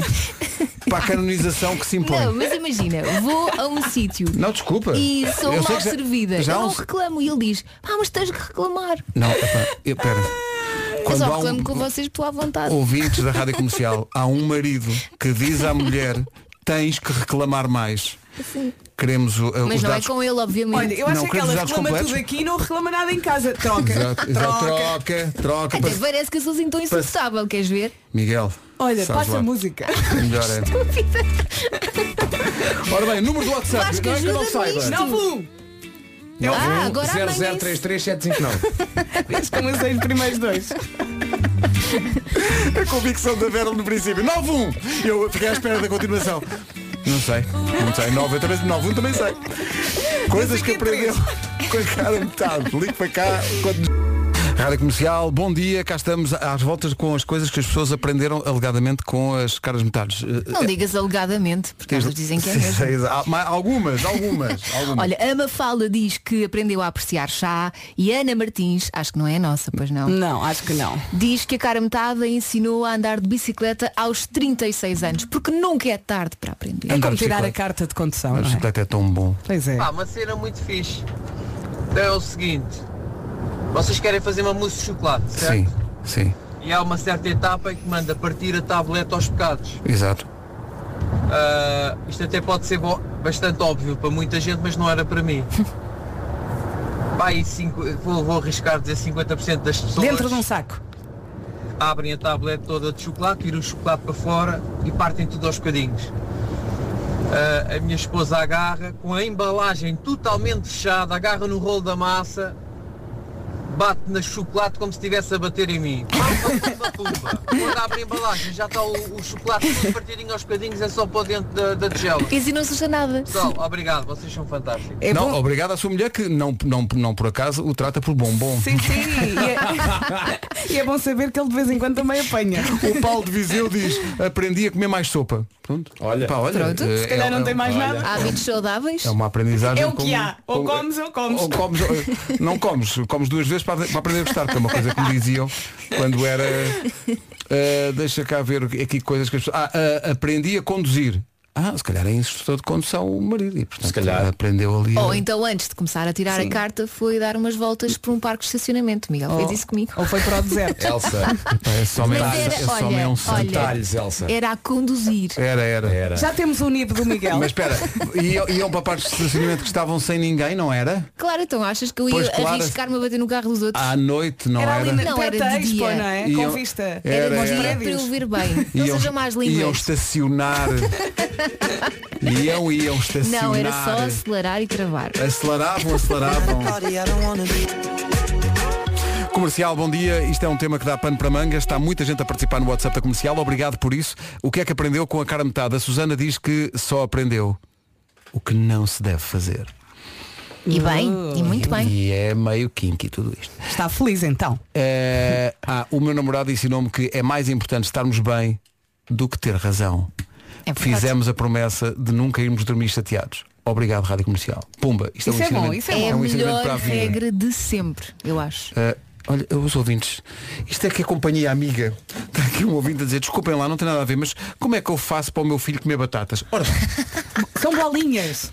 S2: para a canonização que se impõe.
S5: Não, mas imagina, vou a um sítio
S2: Não, desculpa.
S5: e sou
S2: Eu sei
S5: mal
S2: que já-
S5: servida.
S2: já há um
S5: eu não
S2: uns-
S5: reclamo e ele diz, ah, mas tens que reclamar.
S2: Não, epá, eu pera.
S5: eu
S2: Quando
S5: só
S2: há
S5: reclamo
S2: um,
S5: com vocês pela vontade.
S2: ouvintes da rádio comercial, há um marido que diz à mulher tens que reclamar mais.
S5: Assim.
S2: Queremos o- eh,
S5: Mas
S2: os
S5: não
S2: dados
S5: é com ele, obviamente.
S4: Olha, eu acho
S2: Não,
S4: que ela
S2: queremos
S4: reclama
S2: dados completos?
S4: tudo aqui e não reclama nada em casa. Troca.
S2: Exato, exato, troca, troca.
S5: Até parece que eu sou assim tão insuportável, queres ver?
S2: Miguel.
S4: Olha,
S2: sabes
S4: passa
S2: lá.
S4: a música.
S2: Melhor é.
S5: Estúpida.
S2: Ora bem, número do WhatsApp.
S5: Vasco,
S2: não é que eu não
S5: ajuda-me
S2: saiba.
S5: nisto.
S4: Novo.
S2: um,
S5: Ah, agora amanhã isso.
S8: 0033759.
S4: Vês como eu sei os primeiros dois.
S2: A convicção da Vera no princípio. 9-1. Eu fiquei à espera da continuação. Não sei. Não sei. 9, eu também, 9-1 também sei. Coisas que aprendeu com a cara metade. Ligue para cá quando. Rádio Comercial, bom dia, cá estamos às voltas com as coisas que as pessoas aprenderam alegadamente com as caras É, metades.
S5: Não digas alegadamente, porque elas dizem que é
S2: Sim,
S5: mesmo.
S2: sei, exa- há- mas Algumas, algumas, algumas.
S5: Olha, a Mafalda diz que aprendeu a apreciar chá e a Ana Martins, acho que não é a nossa, pois não?
S4: Não, acho que não.
S5: Diz que a cara metada ensinou a andar de bicicleta aos 36 anos, porque nunca é tarde para aprender.
S4: É como tirar a carta de condução.
S2: A
S4: não é?
S2: bicicleta é tão bom.
S4: Pois é.
S13: Pá, uma cena muito fixe. Então é o seguinte. Vocês querem fazer uma mousse de chocolate, certo?
S2: Sim, sim,
S13: E há uma certa etapa em que manda partir a tableta aos bocados.
S2: exato.
S13: Ah, isto até pode ser bo- bastante óbvio para muita gente, mas não era para mim. Pá, e cinco- vou, vou arriscar dizer 50% das pessoas
S4: Dentro de um saco.
S13: abrem a tableta toda de chocolate, tiram o chocolate para fora e partem tudo aos bocadinhos. Ah, a minha esposa agarra com a embalagem totalmente fechada, agarra no rolo da massa, bate no chocolate como se estivesse a bater em mim. Pumba, pumba, pumba. Quando abre a embalagem já está o, o chocolate todo partidinho aos bocadinhos, é só para dentro da, da tigela.
S5: Ensinou-se a nada.
S13: Pessoal, obrigado, vocês são fantásticos.
S5: É
S2: não, obrigado à sua mulher que não, não, não por acaso o trata por bombom.
S4: Sim, sim. E é, e é bom saber que ele de vez em quando também apanha.
S2: O Paulo de Viseu diz, aprendi a comer mais sopa. Pronto. Olha,
S4: Ah,
S2: Pá, olha
S5: Pronto,
S2: eh,
S5: se
S2: é-
S5: calhar
S2: é
S5: não
S2: um-
S5: tem mais
S2: olha,
S5: nada. Há hábitos saudáveis.
S2: É uma aprendizagem.
S5: É o que
S2: como-
S5: há. Ou
S2: como-
S5: comes ou comes.
S2: Ou comes, ou- não comes, comes duas vezes para, para aprender a gostar, que é uma coisa que me diziam quando era. eh, deixa cá ver aqui coisas que as pessoas. Ah, ah, aprendi a conduzir. Ah, se calhar é instrutor de condução o marido. E, portanto, se calhar. Aprendeu ali.
S5: Ou então antes de começar a tirar a carta foi dar umas voltas por um parque de estacionamento. Miguel fez isso comigo.
S4: Oh. Ou foi para o deserto.
S8: Elsa.
S2: Esse homem
S5: Mas
S2: é-
S5: era-
S2: esse homem é um
S5: olha,
S2: santo.
S5: olha. Era a conduzir. um
S2: Era, era. era.
S4: Já temos o nipo do Miguel.
S2: Mas espera, iam, iam para partes de estacionamento que estavam sem ninguém, não era?
S5: Claro, então achas que eu ia
S2: Pois, claro.
S5: arriscar-me a bater no carro dos outros?
S2: À noite, não era?
S5: Não, era de dia.
S2: Iam-
S5: É Era,
S2: era,
S5: de dia
S2: era.
S5: para eu ver bem. Não
S2: Iam,
S5: seja mais
S2: iam
S5: línguas.
S2: estacionar. iam, iam estacionar.
S5: Não, era só acelerar e travar.
S2: Aceleravam, aceleravam. Comercial, bom dia. Isto é um tema que dá pano para manga. Está muita gente a participar no WhatsApp da Comercial. Obrigado por isso. O que é que aprendeu com a cara metade? A Susana diz que só aprendeu o que não se deve fazer.
S5: E bem, e muito bem.
S2: E é meio kinky tudo isto.
S4: Uh. Está feliz então?
S2: É, ah, o meu namorado ensinou-me que é mais importante estarmos bem do que ter razão.
S5: É verdade.
S2: Fizemos a promessa de nunca irmos dormir chateados. Obrigado, Rádio Comercial. Pumba, isto é um ensinamento,
S5: a
S2: um ensinamento
S5: melhor
S2: para a vida.
S5: regra de sempre, eu acho.
S2: Ah, olha, os ouvintes, isto é que é companhia amiga. Está aqui um ouvinte a dizer, desculpem lá, não tem nada a ver, mas como é que eu faço para o meu filho comer batatas? Ora, bem,
S4: São bolinhas.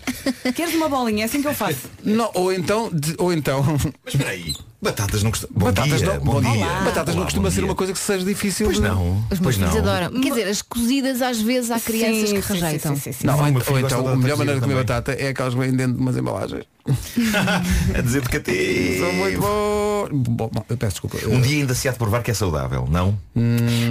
S4: Queres uma bolinha? É assim que eu faço.
S2: não, ou então, de- ou então. Mas
S12: espera aí. Batatas não costuma. Bom
S2: Batatas
S12: dia,
S2: não-
S12: bom
S2: Olá.
S12: dia.
S2: Batatas não
S12: Olá,
S2: costuma
S12: bom
S2: ser
S12: dia.
S2: uma coisa que seja difícil.
S12: Pois
S2: de-
S12: não.
S5: Os meus
S2: Pois
S5: filhos
S2: não.
S5: adoram. Quer dizer, as cozidas às vezes há crianças
S4: Sim,
S5: que
S4: sim,
S5: rejeitam.
S4: sim, sim,
S2: Não, ou,
S12: O meu
S2: ent-
S12: filho
S2: ou
S12: gosta
S2: então
S12: de
S2: a melhor
S12: atrativa
S2: maneira de comer
S12: também.
S2: batata é aquelas que vêm dentro de umas embalagens.
S12: A dizer de que
S2: São muito bons. Bom, bom, eu Hum. peço desculpa.
S12: Um dia ainda se há de provar que é saudável, não?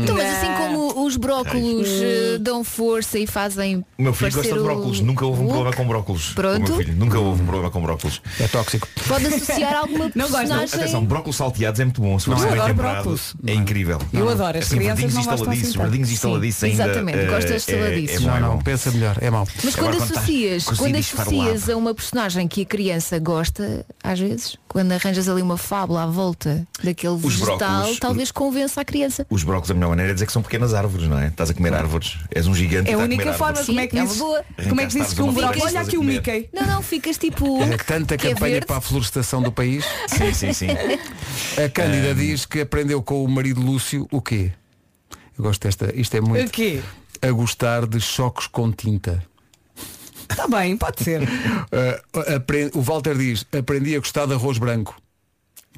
S5: Então, mas
S4: Hum.
S5: assim como os brócolos eh, dão força e fazem.
S12: O meu filho gosta
S5: parecer
S12: de
S5: o-
S12: brócolis, nunca houve um
S5: Hulk.
S12: problema com brócolis.
S5: Pronto.
S12: O meu filho, nunca houve um problema com brócolis.
S2: É tóxico.
S5: Pode associar alguma
S4: Não gosto, não.
S5: personagem.
S12: Atenção, brócolis salteados é muito bom. Se
S2: Não,
S12: for
S2: eu
S12: bem
S2: adoro
S12: temperado,
S2: brócolis.
S12: é incrível.
S4: Eu adoro, as
S12: Assim,
S4: crianças
S12: verdinhos
S4: não gostam
S12: estaladiços,
S4: assim tanto.
S12: verdinhos estaladiços ainda.
S5: exatamente,
S12: eh,
S5: gosto de
S12: é-
S5: estaladiços.
S12: É, bom, é
S2: não, não,
S12: bom.
S2: pensa melhor, é mau.
S5: Mas
S12: Agora,
S5: quando
S12: quando está
S5: associas,
S12: cozido
S5: quando
S12: e esfarelado.
S5: associas a uma personagem que a criança gosta, às vezes, quando arranjas ali uma fábula à volta daquele
S12: Os
S5: vegetal,
S12: brócolos-
S5: talvez convença a criança.
S12: Os brócolis, a melhor maneira é dizer que são pequenas árvores, não é? Estás a comer árvores. És um gigante. e
S4: É a
S12: estás
S4: única
S12: comer
S4: forma,
S12: árvores.
S4: como é que
S5: Sim, é
S4: dizes,
S5: uma boa.
S4: como é que dizes que um
S12: Arrancaste
S4: buraco?
S12: árvores
S4: Olha
S12: a
S4: aqui o
S12: comer.
S4: Mickey.
S5: Não, não, ficas tipo um.
S2: É tanta
S5: que é
S2: campanha
S5: verde.
S2: para a florestação do país.
S12: Sim, sim, sim.
S2: A Cândida diz que aprendeu com o marido Lúcio o quê? Eu gosto desta. Isto é
S4: O
S2: muito.
S4: quê?
S2: A gostar de choques com tinta.
S4: Está Tá bem, pode ser.
S2: Uh, apre- O Walter diz, aprendi a gostar de arroz branco.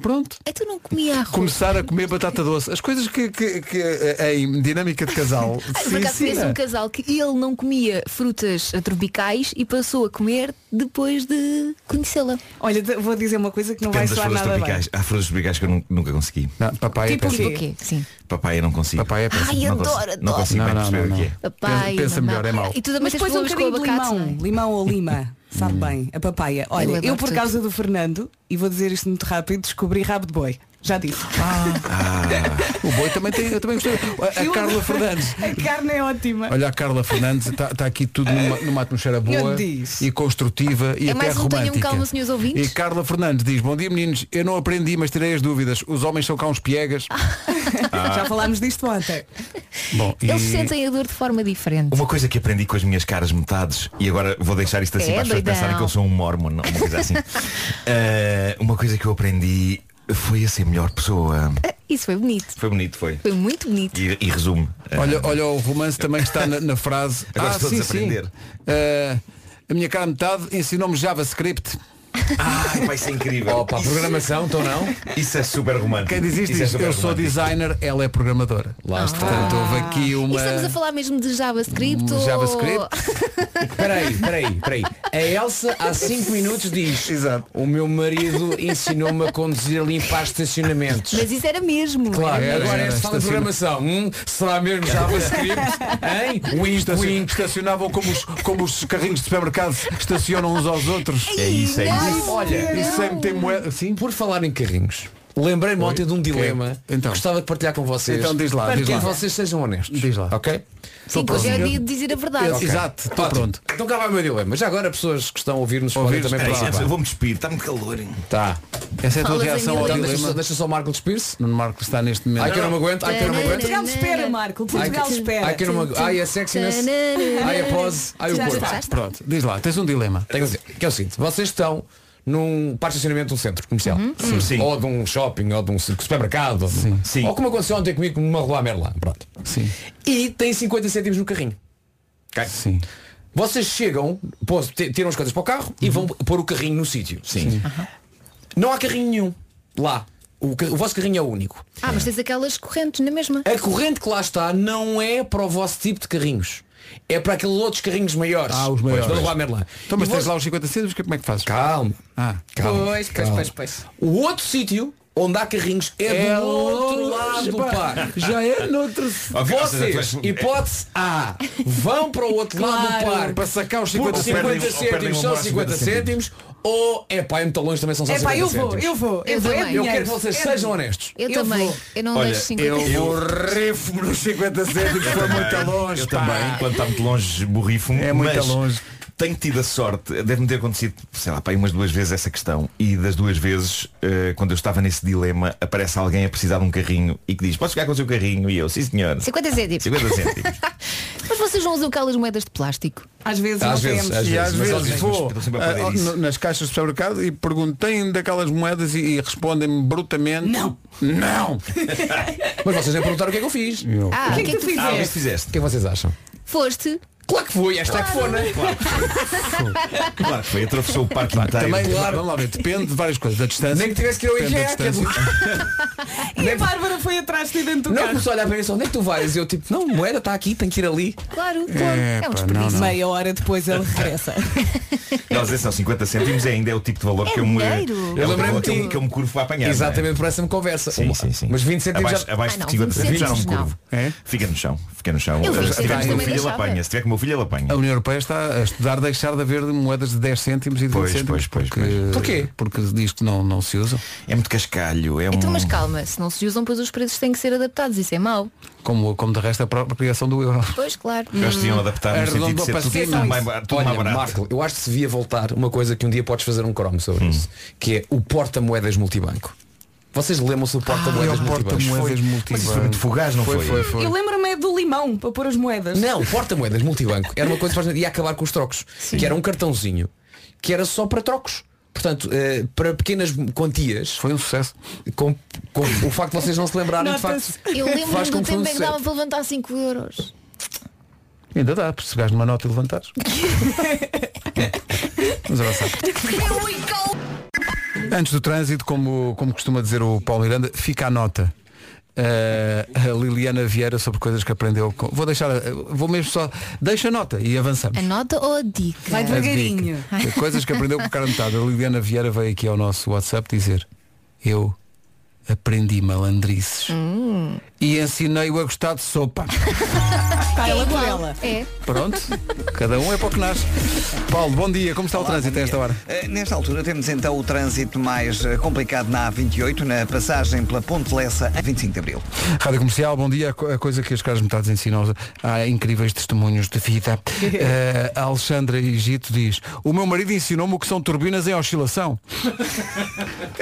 S2: Pronto.
S5: É tu não comia arroz.
S2: Começar a comer batata doce. As coisas que, que- que, eh, em dinâmica de casal.
S5: Ah,
S2: se
S5: por acaso
S4: é.
S5: conheço
S2: ensina.
S5: um casal que ele não comia frutas tropicais e passou a comer depois de conhecê-la.
S4: Olha, te- vou dizer uma coisa que não vai
S12: Depende das
S4: soar
S12: frutas
S4: nada bem.
S12: tropicais. Há frutas tropicais que eu nun- nunca consegui.
S2: Não, papai
S4: Tipo
S2: é
S4: o
S2: péssimo.
S4: quê?
S5: O quê? Sim.
S12: Papai eu não consigo.
S2: Papai é péssimo.
S5: Ai,
S12: não
S5: adoro,
S12: consigo, Não
S5: adoro.
S12: consigo bem
S2: Não, não,
S12: perceber
S2: não,
S12: o que
S2: não.
S12: é.
S5: Papai,
S2: Pensa- pensa
S5: mamãe.
S2: melhor, é mau.
S5: E tu também
S4: Mas
S5: tens
S4: depois um
S5: problemas com
S4: bocadinho de
S5: abacate, não é?
S4: limão, limão ou lima,
S2: Hum.
S4: sabe bem, a papaya.
S5: Eu
S4: Olha, eu,
S5: adoro
S4: por
S5: tudo.
S4: causa do Fernando, e vou dizer isto muito rápido, descobri rabo de boi. Já disse.
S2: Ah. O boi também tem. Eu também gostei. A, a
S4: Eu-
S2: Carla Fernandes.
S4: A carne é ótima.
S2: Olha, a Carla Fernandes está está aqui tudo numa, numa atmosfera boa
S4: Eu disse.
S2: e construtiva e
S5: É
S2: até
S5: mais um
S2: romântica.
S5: tenham calma, senhores ouvintes.
S2: E Carla Fernandes diz, bom dia meninos, eu não aprendi, mas tirei as dúvidas. Os homens são cá uns piegas.
S5: Ah.
S12: Ah.
S4: Já falámos disto ontem.
S2: Bom, e-
S5: Eles sentem a dor de forma diferente.
S12: Uma coisa que aprendi com as minhas caras metades E agora vou deixar isto assim
S5: É,
S12: para as pessoas
S5: doidão.
S12: pensarem que eu sou um mormon ou Uma coisa assim Eh, Uma coisa que eu aprendi Foi a ser melhor pessoa
S5: Isso foi bonito.
S12: Foi bonito, foi
S5: Foi muito bonito.
S12: E, e resume Eh,
S2: Olha, olha o romance também que está na, na frase.
S12: Agora
S2: ah,
S12: estou a
S2: sim,
S12: desaprender.
S2: sim. Ah, a minha cara metade ensinou-me JavaScript.
S12: Ai, vai ser incrível
S8: Opa, a
S12: isso,
S8: programação, então não?
S12: isso é super romântico
S2: Quem diz isto
S12: Isso é
S2: diz,
S12: super
S2: eu sou
S12: romântico.
S2: designer, ela é programadora.
S8: Lá está.
S2: Portanto, Então houve aqui
S5: Ah. E
S2: uma.
S5: estamos a falar mesmo de JavaScript?
S2: um
S5: ou-
S2: JavaScript.
S8: Peraí, peraí, peraí. A Elsa há 5 minutos diz
S2: Exato.
S8: O meu marido ensinou-me a conduzir a limpar estacionamentos.
S5: Mas isso era mesmo.
S8: Claro,
S2: Era,
S8: agora
S2: era,
S8: é só de
S2: estaciona-
S8: programação. Hum, será mesmo JavaScript? Hein? Wink,
S2: Estacion-
S8: wink.
S2: Estacionavam como os, como os carrinhos de supermercado estacionam uns aos outros.
S12: É isso, é isso
S8: Olha,
S2: E sem é meter moeda. Sim?
S8: por falar em carrinhos, lembrei-me ontem de um dilema
S2: Ok. Então.
S8: que gostava de partilhar com vocês.
S2: Então diz lá,
S8: para
S2: diz
S8: que
S2: lá.
S8: vocês sejam honestos.
S2: Diz lá.
S8: Ok?
S5: Sim, hoje é o dia de dizer a verdade.
S2: Ok. Exato, estou
S8: Ótimo.
S2: pronto.
S8: Então cá vai o meu dilema. Já agora pessoas que estão a ouvir-nos podem
S2: Ouvir-nos, É
S8: também
S12: Espera aí,
S8: participar.
S12: eu vou-me despir, está-me calor hein?
S8: Tá.
S2: Essa é a tua
S5: Falas em
S2: reação ao
S5: miúdo.
S8: Então
S2: dilema.
S8: deixa, só- deixa só o Marco despir-se.
S2: Nuno Marco está neste momento.
S8: Ai que eu não me aguento, ai que eu não me aguento.
S4: Portugal espera, Marco. Portugal espera.
S8: Ai que eu não me aguento. Ai Ah, a sexiness. Ai a pose. Ai o
S4: Já
S8: corpo.
S4: está.
S2: Ah, Pronto, diz lá, tens um dilema.
S8: Tenho a dizer, que é o seguinte, vocês estão num parque de estacionamento de um centro comercial
S12: Sim.
S8: ou de um shopping ou de um supermercado ou, de-
S12: Sim.
S8: ou como aconteceu ontem comigo numa rua à Merlã pronto
S2: Sim.
S8: e tem 50 cêntimos no carrinho
S2: Sim.
S8: vocês chegam pô, t- tiram as coisas para o carro
S2: Uhum.
S8: e vão pôr o carrinho no sítio sim, não há carrinho nenhum lá o, ca- o vosso carrinho é o único
S5: Ah, mas tens aquelas correntes, não é mesmo?
S8: a corrente que lá está não é para o vosso tipo de carrinhos é para aqueles outros carrinhos maiores
S2: Ah, os maiores.
S8: da rua à Merlã
S2: Então, mas
S8: E
S2: tens
S8: vo-
S2: lá os 50 cêntimos, que- como é que fazes?
S8: calma
S2: Ah,
S8: Calma,
S4: Pois, pois,
S8: calma.
S4: pois, pois.
S8: O outro sítio onde há carrinhos é, do outro lado do
S2: pá,
S8: parque.
S2: Já é noutro.
S12: Ok, ou seja, tu
S8: Vocês,
S12: és-
S8: hipótese A, vão para o outro lado do
S4: Claro.
S8: parque
S2: Para sacar os 50
S8: porque 50
S12: perdem- ou perdem
S8: cêntimos
S12: um
S8: são
S12: braço,
S8: 50 cêntimos ou é pá, em metalões também são só
S4: É
S8: 50
S4: pá, eu
S8: cêntimos.
S4: vou, eu vou.
S5: Eu
S4: vou, é
S5: também.
S8: Eu
S4: dinheiro.
S8: quero que vocês
S4: É
S8: sejam honestos.
S5: Eu,
S4: Eu
S5: também.
S4: vou.
S5: Eu não
S12: Olha,
S5: deixo 50
S2: Eu
S5: cêntimos.
S2: vou rifo nos 50 cêntimos, foi muito longe.
S12: Eu
S2: pá.
S12: também, quando está muito longe, borrifo-me.
S2: É muito
S12: mas
S2: longe.
S12: Tenho tido a sorte, deve-me ter acontecido, sei lá, pá, aí umas duas vezes essa questão. E das duas vezes, eh, quando eu estava nesse dilema, aparece alguém a precisar de um carrinho e que diz, posso ficar com o seu carrinho? E eu, sim senhor.
S5: 50 cêntimos.
S12: 50 cêntimos.
S5: Mas vocês não usam aquelas moedas de plástico?
S4: Às vezes
S8: Às
S4: não
S8: vezes,
S4: temos.
S8: às
S2: E às
S8: Mas,
S2: vezes
S8: ok,
S2: vou
S12: mas estou sempre a perder
S2: ah,
S12: isso.
S2: no- nas caixas de supermercado e pergunto, têm daquelas moedas e, e respondem-me brutamente. Não! Não!
S8: Mas vocês nem perguntaram o que é que eu fiz. O
S5: Ah,
S4: O que é que
S12: ah, o
S4: tu
S12: que é que
S4: fizeste?
S12: fizeste?
S8: que é que vocês acham?
S5: Foste
S8: Claro que foi, esta é que foi, não é?
S12: Claro. Claro que foi, atravessou o parque inteiro.
S2: Também, vamos lá ver, depende de várias coisas. Da distância. Nem que
S8: tivesse que ir ao IKEA, quer dizer.
S4: E a Bárbara foi atrás de ti dentro do
S8: Não,
S4: carro.
S8: começou a olhar para mim e disse, onde é que tu vais? E eu tipo, não, moeda está aqui, tem que ir ali.
S4: Claro,
S12: claro. É, É um pá, desperdício. não, não.
S4: Meia hora depois ele regressa.
S12: Não, mas esse não, 50 cêntimos é ainda é o tipo de valor
S4: É
S12: que eu me. é
S4: dinheiro.
S12: o
S8: Eu lembrei-me
S12: valor
S8: de
S12: que
S8: ti.
S12: eu, que eu me curvo para apanhar. é?
S8: Exatamente por essa conversa.
S12: Sim, sim, sim.
S8: Mas 20 cêntimos
S12: abaixo,
S8: já- É?
S12: abaixo
S8: Ah, não,
S12: de 50
S8: 20
S12: cêntimos já não me
S8: cêntimos
S12: curvo. Fica no chão. Fica no chão.
S8: Eu
S12: Uh,
S8: vi
S12: Se tiver
S8: cêntimos
S12: com o meu
S8: também
S12: filho, ele
S8: deixava.
S12: apanha. Se tiver com o meu filho, ele
S8: Hum.
S12: apanha.
S2: A União Europeia está a estudar deixar de haver moedas de 10 cêntimos e de 20
S12: Pois,
S2: cêntimos.
S12: pois, pois,
S2: porque,
S12: pois.
S2: Porquê? Porque diz que não, não se usa.
S12: É muito cascalho. É
S5: Então, mas calma, se não se usam, pois os preços têm que ser adaptados, isso é mau.
S2: Como, como de resto a própria criação do euro.
S5: Pois, claro.
S8: Hum.
S12: Eles tinham adaptado no sentido de ser tudo tudo mais bar- tudo mais
S8: é Olha,
S12: barato.
S8: Marco, eu acho que se via voltar uma coisa que um dia podes fazer um cromo sobre
S12: Hum.
S8: isso, que é o porta-moedas multibanco. Vocês lembram-se
S12: Ah,
S8: do porta-moedas
S2: é o
S8: multibanco?
S2: porta-moedas
S8: Foi-
S2: multibanco.
S8: Mas isso foi muito fugaz, não foi?
S2: foi,
S4: Eu lembro-me é do limão para pôr as moedas.
S8: Não, porta-moedas multibanco era uma coisa que faz- ia acabar com os trocos. Que era um cartãozinho que era só para trocos. Portanto, eh, para pequenas quantias.
S2: Foi um sucesso.
S8: Com, com o facto de vocês não se lembrarem de facto.
S5: Eu
S8: faz
S5: lembro-me do
S8: com que foi um
S5: tempo em que
S8: sucesso.
S5: dava para levantar 5 euros.
S2: Ainda dá, porque se gás numa nota e levantares. Vamos avançar. Antes do trânsito, como, como costuma dizer o Paulo Miranda, fica a nota. Eh, a Liliana Vieira sobre coisas que aprendeu com... vou deixar eh, vou mesmo só deixa a nota e avançamos
S5: A nota ou a dica?
S2: A
S8: É
S2: dica. Eh, coisas que
S8: um
S2: aprendeu com cara metade a Liliana Vieira veio aqui ao nosso WhatsApp dizer eu aprendi malandrices
S5: Hum.
S2: e ensinei-o a gostar de sopa
S4: Está ela por
S5: igual.
S4: ela.
S5: É.
S2: pronto cada um é para o que nasce Paulo bom dia como está o trânsito a esta hora
S3: Eh, Nesta altura temos então o trânsito mais eh, complicado na A28, na passagem pela Ponte Lessa, a 25 de Abril.
S2: Rádio Comercial, bom dia. A co- A coisa que as caras metades ensinam, há incríveis testemunhos de vida. Eh, a Alexandra Egito diz, o meu marido ensinou-me o que são turbinas em oscilação.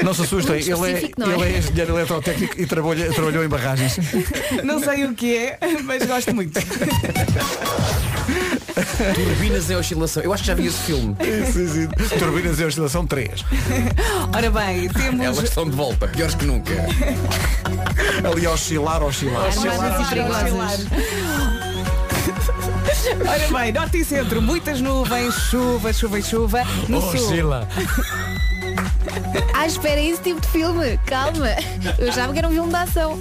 S2: Não se assustem,
S4: Muito
S2: ele é,
S4: específico, não é?
S2: ele é engenheiro eletrotécnico e trabalha- trabalhou em barragens.
S4: Não sei o que é, mas gosto muito.
S8: Turbinas em oscilação. Eu acho que já vi esse filme.
S2: Turbinas em oscilação 3.
S4: Ora bem, temos.
S8: Elas estão É de volta, piores que nunca.
S2: Ali a oscilar,
S4: É,
S2: oscilar.
S4: Oscilar, oscilar, oscilar. Ora bem, norte e centro, muitas nuvens, chuva, chuva e chuva. No sul.
S5: Ah, espera, é esse tipo de filme. Calma. Eu achava que era um filme de ação.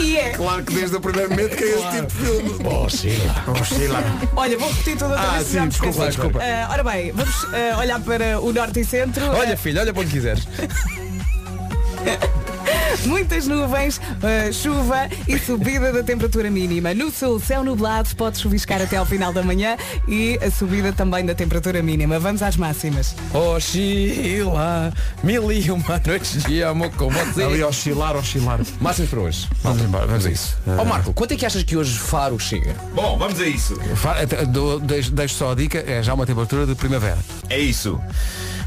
S4: E é.
S2: Claro que desde o primeiro momento que é esse tipo de filme. Oscila. Oscila.
S4: Olha, vou repetir toda a
S2: Ah,
S4: vez,
S2: sim,
S4: já me
S2: desculpa,
S4: esqueci.
S2: desculpa.
S4: Ah, ora bem, vamos ah, olhar para o norte e centro.
S8: Olha filho, olha para onde quiseres.
S4: Muitas nuvens, eh, chuva e subida da temperatura mínima. No sul, céu nublado, pode chuviscar até ao final da manhã e a subida também da temperatura mínima. Vamos às máximas.
S8: Oscila, mil e uma noites de amor com você.
S2: Ali a oscilar, oscilar.
S8: Máximos para hoje.
S2: Vamos embora, vamos a isso.
S8: Ó Marco, quanto é que achas que hoje Faro chega?
S12: Bom, vamos a isso.
S2: Fa- eh, dou- Deixo deixo só a dica, é já uma temperatura de primavera.
S12: É isso.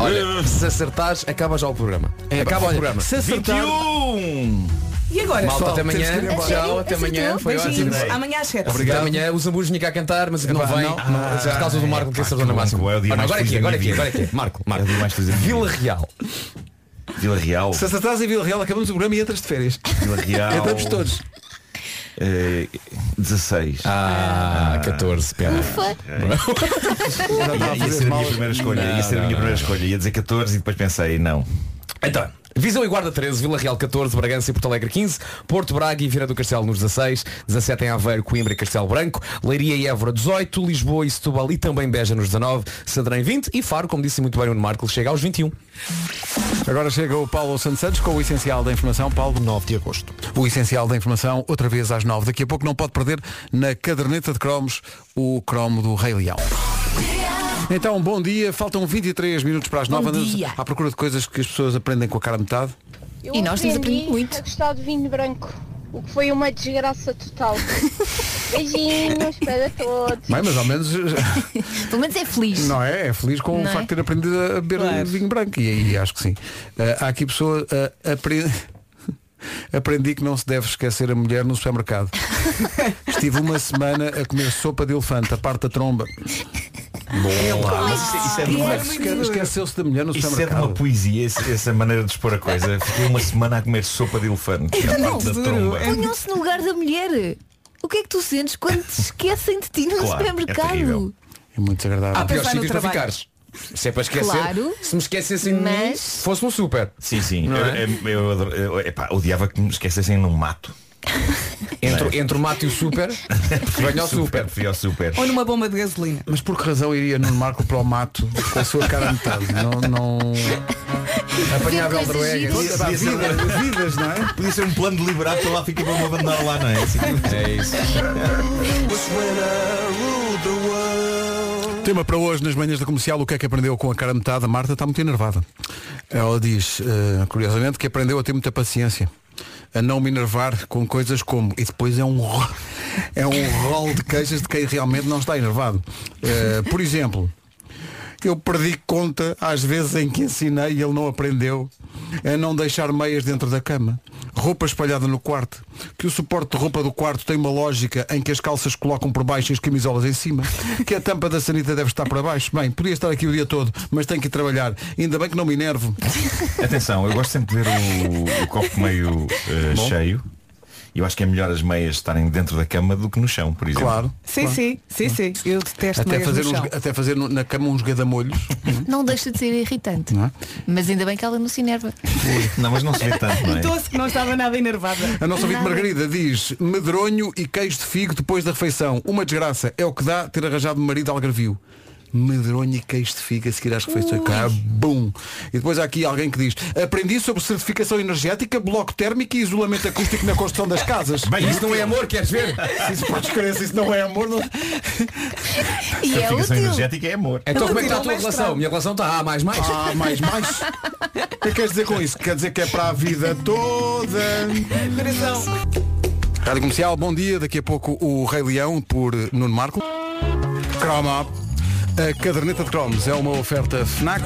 S8: Olha, se Eh, acertares, acaba já o programa.
S2: É,
S8: acaba olha,
S2: o programa.
S8: Se acertar,
S12: 21!
S4: E agora?
S8: Malta,
S4: Pessoal,
S8: até
S4: temos
S8: amanhã.
S4: que ir embora.
S8: Tchau,
S4: Acertou?
S8: até amanhã.
S4: Acertou?
S8: Foi ótimo.
S4: Beijinhos. Amanhã às sete.
S8: Obrigado. amanhã os hambúrgueres vinha cá cantar, mas não
S2: Epá,
S8: vem
S2: não,
S8: ah, por causa do Marco que acertou na máxima.
S12: É o dia
S8: Ora,
S12: mais
S8: agora
S12: feliz
S8: aqui,
S12: da
S8: agora aqui,
S12: minha
S8: agora
S12: vida.
S8: aqui. Marco,
S12: É o dia mais feliz da minha
S8: Vila Real.
S12: Vila Real.
S2: Se acertares em Vila Real, acabamos o programa e entras de férias.
S12: Oh. Vila Real.
S2: Entramos todos.
S12: eh, 16.
S8: Ah, 14, pera.
S2: Já estava a
S12: Ia, ia ser
S2: fazer
S12: a minha
S2: mal.
S12: primeira escolha, ia ser a minha primeira escolha, ia dizer 14 e depois pensei, não.
S8: Então, Visão e Guarda 13, Vila Real 14, Bragança e Porto Alegre 15, Porto Braga e Vieira do Castelo nos 16, 17 em Aveiro, Coimbra e Castelo Branco, Leiria e Évora 18, Lisboa e Setúbal e também Beja nos 19, Santarém 20 e Faro, como disse muito bem o Nuno Marco, chega aos 21.
S2: Agora chega o Paulo Santos Santos com o Essencial da Informação, Paulo, 9 de agosto. O Essencial da Informação, outra vez às 9. Daqui a pouco não pode perder na caderneta de cromos o cromo do Rei Leão. Então, bom dia. Faltam 23 minutos para as 9. Andamos
S5: dia.
S2: à procura de coisas que as pessoas aprendem com a cara metade.
S14: Eu
S5: E nós temos aprendido muito.
S14: A gostar de vinho branco, o que foi uma desgraça total. Beijinhos para todos.
S2: Bem, mas ao menos
S5: Pelo menos é feliz.
S2: Não é? É feliz com o
S5: Não é?
S2: facto de ter aprendido a beber
S4: Claro.
S2: vinho branco. E aí acho que sim. Ah, há aqui pessoa ah, apre- Aprendi que não se deve esquecer a mulher no supermercado. Estive uma semana a comer sopa de elefante, a parte da tromba.
S12: Pá, mas isso, isso é de uma-
S2: Esque- Esqueceu-se da mulher no
S12: isso é de
S2: supermercado.
S12: uma poesia, esse- essa maneira de expor a
S8: É
S12: coisa. Fiquei uma semana a comer sopa de elefante. Na
S5: Não,
S12: parte da
S4: duro,
S12: tromba.
S4: é
S5: Ponham-se no lugar da mulher. O que é que tu sentes quando te esquecem de ti num
S2: Claro, é
S5: supermercado?
S2: É muito desagradável.
S8: Há piores sítios para ficares. Se é para esquecer,
S5: Claro.
S8: se me esquecessem de mim,
S5: Mas-
S8: se fosse um super.
S12: Sim, sim.
S8: Não
S12: Eu,
S8: é?
S12: eu- eu adoro- eu- epá, odiava que me esquecessem num mato.
S8: Entre, entre o mato e o super,
S12: venho ao super. Fui ao super.
S4: Ou numa bomba de gasolina.
S2: Mas por que razão iria no Marco para o mato com a sua cara a metade? Não, não... Apanhava
S12: Podia-
S2: Eldroegas.
S12: podia ser-
S2: é Vidas, não é?
S12: Podia ser um plano deliberado para lá ficar para me abandonar lá, não é? Assim,
S8: é isso.
S2: Tema para hoje nas manhãs da comercial, o que é que aprendeu com a cara metade? A Marta está muito enervada. Ela diz, eh, curiosamente, que aprendeu a ter muita paciência, a não me enervar com coisas como. E depois é um, ro- é um rol de queixas de quem realmente não está enervado. Eh, por exemplo, eu perdi conta às vezes em que ensinei e ele não aprendeu a não deixar meias dentro da cama, roupa espalhada no quarto, que o suporte de roupa do quarto tem uma lógica em que as calças colocam por baixo e as camisolas em cima, que a tampa da sanita deve estar para baixo. Bem, podia estar aqui o dia todo, mas tenho que ir trabalhar. Ainda bem que não me enervo.
S12: Atenção, eu gosto sempre de ver o, o copo meio eh,
S2: Bom.
S12: cheio. Eu acho que é melhor as meias estarem dentro da cama do que no chão, por exemplo.
S2: Claro.
S4: Sim, sim, sim, sim. Eu detesto
S2: Até
S4: meias
S2: fazer,
S4: no
S2: uns-
S4: chão.
S2: até fazer no- na cama uns gadamolhos.
S5: Não deixa de ser irritante.
S2: Não é?
S5: Mas ainda bem que ela não se enerva.
S12: Não, mas não se vê tanto,
S5: Então
S12: não é?
S4: Notou-se que não estava nada enervada.
S2: A nossa ouvinte Margarida diz medronho e queijo de figo depois da refeição. Uma desgraça. É o que dá ter arranjado um marido algarvio. Medronho e queijo de figo a seguir às refeições. Cabum! E depois há aqui alguém que diz aprendi sobre certificação energética, bloco térmico e isolamento acústico na construção das casas.
S8: Bem, isso não é amor, queres ver?
S2: Se isso podes crer, se isso não é amor, não...
S5: E é
S12: Certificação
S5: útil.
S12: energética é amor.
S8: Então como é que está a tua relação? Minha relação está a mais mais.
S2: Ah, mais, mais. O que queres dizer com isso? Quer dizer que é para a vida toda. Rádio Comercial, bom dia. Daqui a pouco o Rei Leão por Nuno Marco. Chroma. A caderneta de cromos é uma oferta FNAC.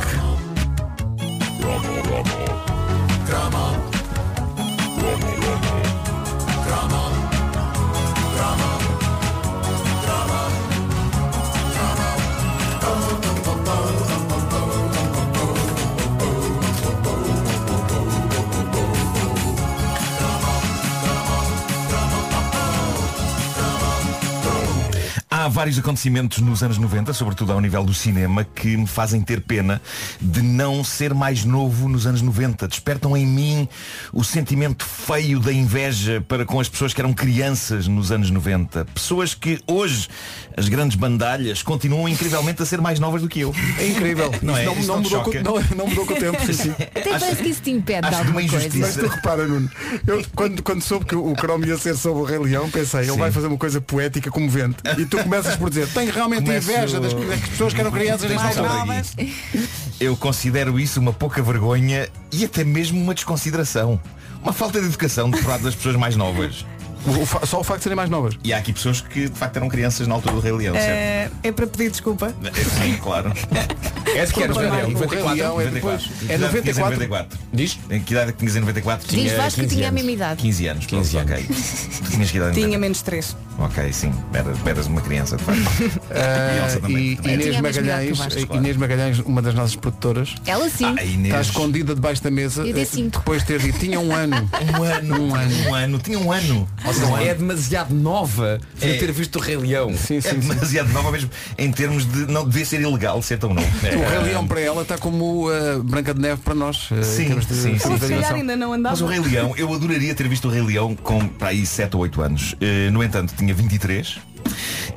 S12: Há vários acontecimentos nos anos 90, sobretudo ao nível do cinema, que me fazem ter pena de não ser mais novo nos anos 90. Despertam em mim o sentimento feio da inveja para com as pessoas que eram crianças nos anos 90. Pessoas que hoje, as grandes bandalhas, continuam incrivelmente a ser mais novas do que eu.
S2: É incrível.
S12: Não é?
S2: Isto
S12: Isto
S2: não, não
S12: me
S2: mudou com,
S12: choca.
S2: não- não mudou com o tempo. sim, sim.
S5: Até parece que isso te impede de
S12: acho
S5: alguma
S12: uma
S5: coisa.
S12: injustiça.
S2: Mas tu repara, Nuno, eu quando, quando soube que o cromo ia ser sobre o Rei Leão, pensei, ele vai fazer uma coisa poética, comovente. E tu começas por dizer, tenho realmente
S12: Começo-
S2: inveja das, das pessoas que eram crianças e
S12: Mais
S2: não são.
S12: novas. Eu considero isso uma pouca vergonha e até mesmo uma desconsideração. Uma falta de educação de parte das pessoas mais novas.
S2: O fa- Só o facto de serem mais novas.
S12: E há aqui pessoas que de facto eram crianças na altura do Rei Leão, certo?
S4: É, é para pedir desculpa.
S12: Sim, claro. É
S8: que era o Rei Leão, 94?
S12: é depois.
S8: É 94.
S12: 94.
S8: Diz?
S12: Em que idade é que tinhas em 94?
S5: Diz Vasco que tinha a mesma idade.
S12: 15 anos, 15 anos. ok. Tu tinhas que idade em
S4: Tinha menos três.
S12: Ok, sim. Eras, eras uma criança, de facto.
S2: Ah,
S12: Elsa também.
S2: e
S12: Também.
S2: Inês
S5: Tinha a mesma idade que o
S2: Magalhães,
S5: Vasco,
S2: eh,
S12: claro.
S2: Inês Magalhães, uma das nossas produtoras,
S5: Ela sim.
S12: Ah, Inês.
S2: está escondida debaixo da mesa
S5: Eu dei
S2: eh,
S5: cinco.
S2: depois de ter dito, tinha um ano.
S12: Um ano, um ano, um ano, tinha um ano.
S8: Ou
S12: Um
S8: seja,
S12: ano.
S8: é demasiado nova para
S12: É.
S8: ter visto o Rei Leão.
S2: Sim,
S12: É
S2: sim, sim.
S12: demasiado nova mesmo em termos de. Não devia ser ilegal ser tão novo.
S2: O Rei
S12: É,
S2: Leão para ela está como eh, Branca de Neve para nós. eh, em
S12: Sim,
S2: termos de-
S12: sim,
S2: de
S12: sim,
S4: Ela se
S2: animação.
S4: calhar ainda não
S12: Mas o
S4: andava.
S12: Rei Leão, eu adoraria ter visto o Rei Leão com para aí 7 ou 8 anos. Eh, no entanto, tinha 23.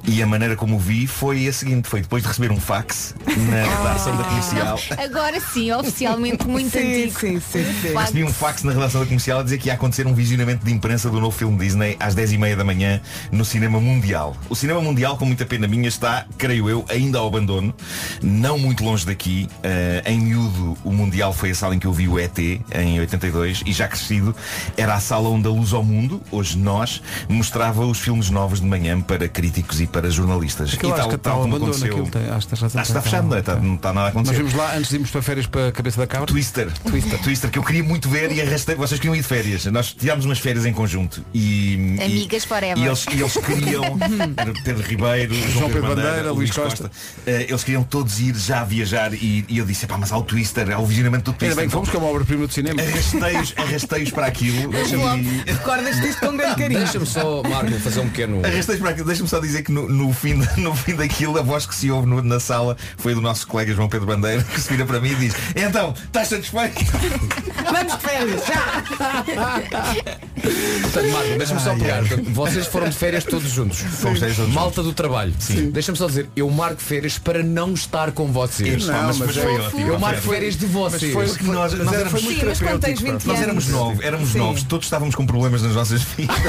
S12: E a maneira como o vi foi a seguinte, foi depois de receber um fax na redação da
S8: Ah.
S12: comercial.
S5: Agora sim, oficialmente muito
S4: Sim,
S5: antigo.
S4: sim, sim, sim.
S5: Pá,
S12: Recebi um fax na redação da comercial a dizer que ia acontecer um visionamento de imprensa do novo filme Disney às 10h30 da manhã no cinema mundial. O cinema mundial, com muita pena minha, está, creio eu, ainda ao abandono, não muito longe daqui. Eh, em miúdo, o mundial foi a sala em que eu vi o ET, em 82, e já crescido, era a sala onde a Luz ao Mundo, hoje nós, mostrava os filmes novos de manhã para críticos e para jornalistas. e
S2: Aquilo acho
S12: tal,
S2: que
S12: tal
S2: tal
S12: como
S2: abandono,
S12: aconteceu.
S2: aquilo tem- acho que tens razão,
S12: está
S2: tem
S12: fechado,
S2: razão,
S12: não é? Está- não está nada a acontecer.
S2: Nós vimos lá, antes de irmos para férias para a cabeça da cabra.
S12: Twister. Twister. Twister, que eu queria muito ver e arrastei. Vocês queriam ir de férias. Nós tirámos umas férias em conjunto. E, e-
S5: Amigas forever.
S12: E eles, e eles queriam Pedro- Pedro Ribeiro, João Pedro Bandeira, Luís Costa. Eh, eles queriam todos ir já viajar e, e eu disse, pá, mas há o Twister, há o visionamento do Twister.
S2: bem que fomos, que é uma obra-prima do cinema.
S12: Arrastei-os arrastei-os para aquilo. e-
S4: Recordas disto com grande carinho.
S8: Deixa-me só, Marco, fazer um pequeno.
S12: Arrastei-os para aquilo. Deixa-me só dizer que no, no fim, da- no fim daquilo a voz que se ouve no- na sala foi do nosso colega João Pedro Bandeira que se vira para mim e diz, então, estás satisfeito?
S4: Vamos de férias, já!
S8: Portanto, Marco, deixa-me só pegar. Portanto, Vocês foram de férias todos juntos.
S12: Fomos férias todos
S8: Malta do trabalho. Sim. Deixa-me só dizer, eu marco férias para não estar com vocês.
S12: Não, mas mas foi ótimo.
S8: Eu marco férias de
S12: Mas
S8: vocês.
S12: foi o que nós, nós éramos Nós éramos novos, éramos novos, todos estávamos com problemas nas nossas vidas.